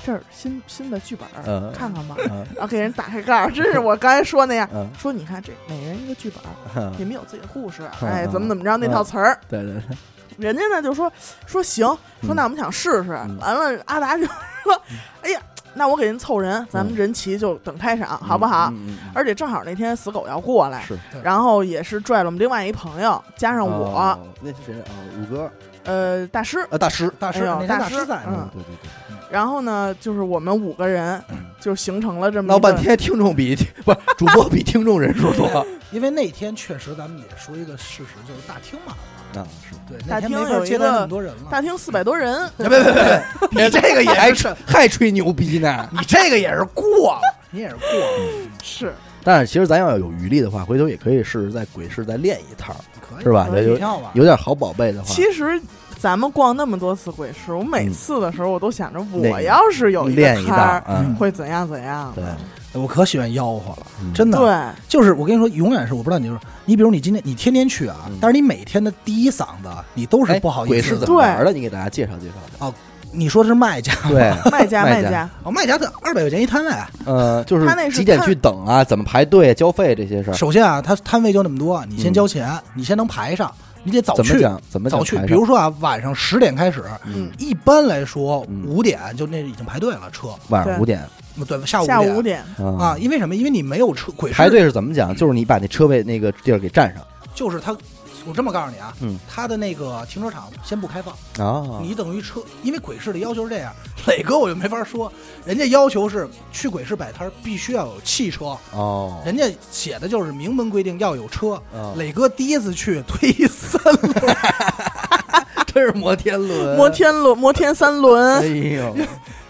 这儿新新的剧本儿， 嗯看看吧。嗯然后给人打开盖儿，真是我刚才说那样，嗯说你看这每人一个剧本儿，嗯你们有自己的故事，嗯哎，嗯怎么怎么着那嗯套词儿，对对对，人家呢就说说行，说那我们想试试。嗯完了，阿达就说：“哎呀，那我给您凑人，咱们人齐就等开场，好不好？”哎嗯？嗯嗯而且正好那天死狗要过来，是然后也是拽了我们另外一朋友，加上我，哦那是谁啊？哦五哥呃，大师。啊，大师，大师，哎呦那天大大师师在呢，嗯嗯，对对对。然后呢，就是我们五个人就形成了这么闹一个半天，嗯听众比 不是主播比听众人数 多啊因为那天确实咱们也说一个事实，就是大厅满了。啊！是对，大那天厅没有法一接待个那么多人了。大厅四百多人，别别别 别，你这个也还吹还吹牛逼呢。你这个也是过了，你也是过了，是但是其实咱要有余力的话，回头也可以试试在鬼市再练一套，可以啊是吧？可以有挺好玩。有点好宝贝的话， 其实咱们逛那么多次鬼市，我每嗯次的时候我都想着，那我个要是有个练一摊道儿，，嗯，会怎样怎样对的？，我可喜欢吆喝了，嗯真的。对，就是我跟你说，永远是我不知道你就是你，比如你今天你天天去啊嗯，但是你每天的第一嗓子你都是哎不好意鬼思市的怎。么玩的？你给大家介绍介绍吧。你说的是卖家， 对，卖家卖家家，哦，卖家的二百块钱一摊位啊。呃，就是他那是几点看去等啊？怎么排队、交费这些事儿，首先啊，他摊位就那么多，你先嗯交钱，你先能排上，你得早怎么去，讲？怎么讲早去排。上？比如说啊，晚上十点开始，嗯，一般来说嗯五点就那已经排队了车，晚上对五点对，下午下午五五点，嗯啊，因为什么？因为你没有车，鬼市排队是怎么讲？就是你把那车位那个地儿给占上就是他，我这么告诉你啊，嗯他的那个停车场先不开放，啊你等于车，因为鬼市的要求是这样， 磊哥我就没法说，人家要求是去鬼市摆摊儿必须要有汽车， 哦，人家写的就是明文规定要有车。啊 磊哥第一次去推一三轮，真是摩天轮，摩，天轮，摩天三哎轮，呦，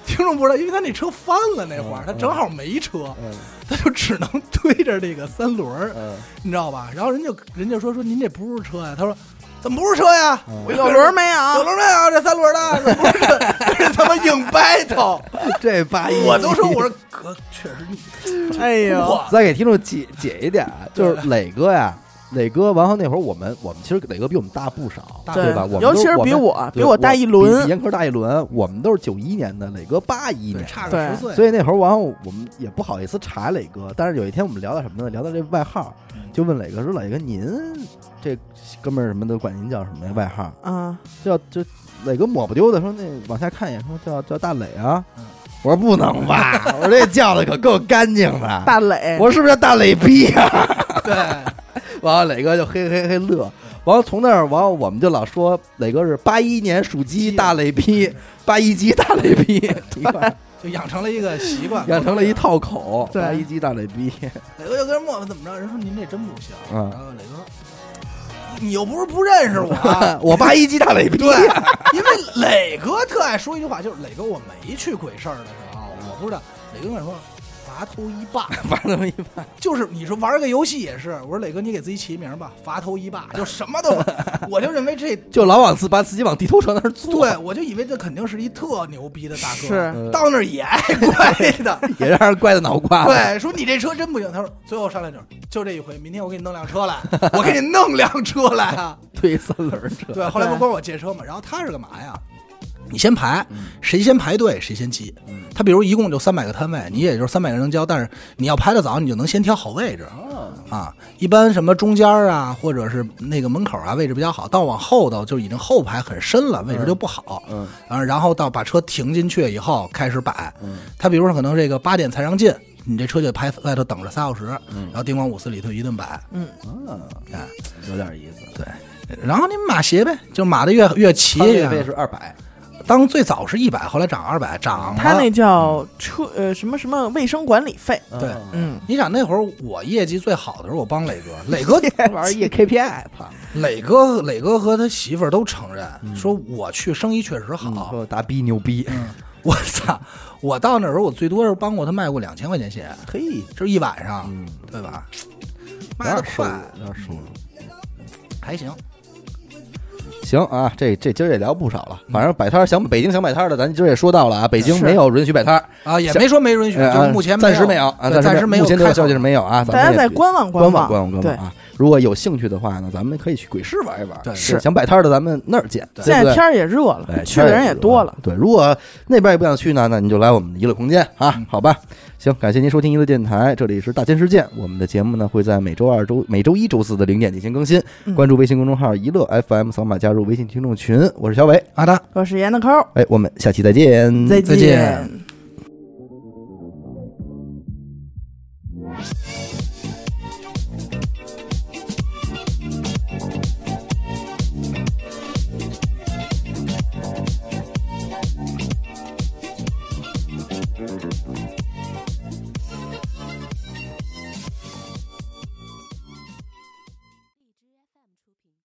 听众不知道，因为他那车翻了那啊会儿，他正好没车， 嗯他就只能推着这个三轮儿，嗯，你知道吧？然后人就人家说说您这不是车呀、他说怎么不是车呀、啊我有轮没啊有有？轮没有？这三轮 的怎么不是车？这他妈硬 battle，这八一，我都说 我说哥，确实你哎呦，哇，再给听众解解一点啊，就是磊哥呀，磊哥完后那会儿，我们我们其实磊哥比我们大不少，大对吧？我们尤其是都比我们我，对比我大比一比轮，严科大一轮，我们都是九一年的，磊哥八一对年，差对个十岁，所以那会儿完后我们也不好意思查磊哥，但是有一天我们聊到什么呢？聊到这外号，嗯就问磊哥说：“磊哥，您这哥们儿什么的管您叫什么呀？外号啊，叫就磊哥抹不丢的说那往下看一眼，说叫叫大磊啊嗯。我说不能 吧，我说这叫的可够干净的。大磊，我说是不是叫大磊逼啊？ 对，完了，磊哥就嘿嘿嘿乐。嗯完了，从那儿完了，我们就老说磊哥是八一年属鸡大磊 逼，八一鸡大磊逼，就养成了一个习惯，养成了一。套口，对八一鸡大磊 逼。磊哥就跟人磨怎么着，人说您这真不行，嗯然后磊哥说你又不是不认识我啊。 我八一鸡大磊逼，啊对，因为磊哥特爱说一句话，就是磊哥，我没去鬼市儿的时候，我不知道。磊哥跟我说，罚头一霸，玩那么一把，就是你说玩个游戏也是。我说磊哥，你给自己起一名吧，罚头一霸，就什 么都罚，我就认为这，就老往自把自己往地头蛇那儿坐，对我就以为这肯定是一特牛逼的大哥，是嗯到那儿也挨怪的。 也让人怪的脑瓜子。对，说你这车真不行。他说最后商量就是，就这一回，明天我给你弄辆车来，我给你弄辆车来啊。推三轮车，对，后来不对管我借车嘛，然后他是干嘛呀？你先排，谁先排队谁先骑。他比如一共就三百个摊位，你也就是三百个人能交，但是你要排的早，你就能先挑好位置哦啊。一般什么中间啊，或者是那个门口啊，位置比较好。到往后头就已经后排很深了，位置就不好。嗯啊，然后到把车停进去以后开始摆。嗯他比如说可能这个八点才让进，你这车就排外头等着仨小时，嗯然后叮咣五四里头一顿摆。嗯，啊，哎，有点意思。然后你码鞋呗，就码的越越齐穿越越费是二百，当最早是一百，后来涨二百，涨了他啊那叫车呃什么什么卫生管理费，对嗯嗯，你想那会儿我业绩最好的时候，我帮磊哥，磊哥，玩一 KPI，操，磊哥，磊哥和他媳妇儿都承认，嗯说我去生意确实好。说大逼牛逼，我操，我到那时候我最多是帮过他卖过两千块钱鞋，嘿，就是一晚上，嗯，对吧？有卖的点收入快，，有点收入。还行。行啊，这这今儿也聊不少了，反正摆摊儿想北京想摆摊儿的，咱今儿也说到了啊，北京没有允许摆摊儿，啊，也行没说没允许，呃就是目前暂时没没有啊，对暂时时没没有目前这开个放消息是没有啊，咱大家们也再观望观望，观望观对望，啊！如果有兴趣的话呢，咱们可以去鬼市玩一玩，对是想摆摊儿的咱们那儿见，对现不在对天？儿也热哎了，去的人也多了，。对，如果那边也不想去呢，那你就来我们的娱乐空间啊，好吧？行，感谢您收听娱乐电台，这里是大千世界。我们的节目呢会在每周二周每周一周四的零点进行更新，嗯关注微信公众号“娱乐 FM”，扫码加入微信听众群。我是小伟，阿达，我是严的抠，哎，我们下期再见，再再见见。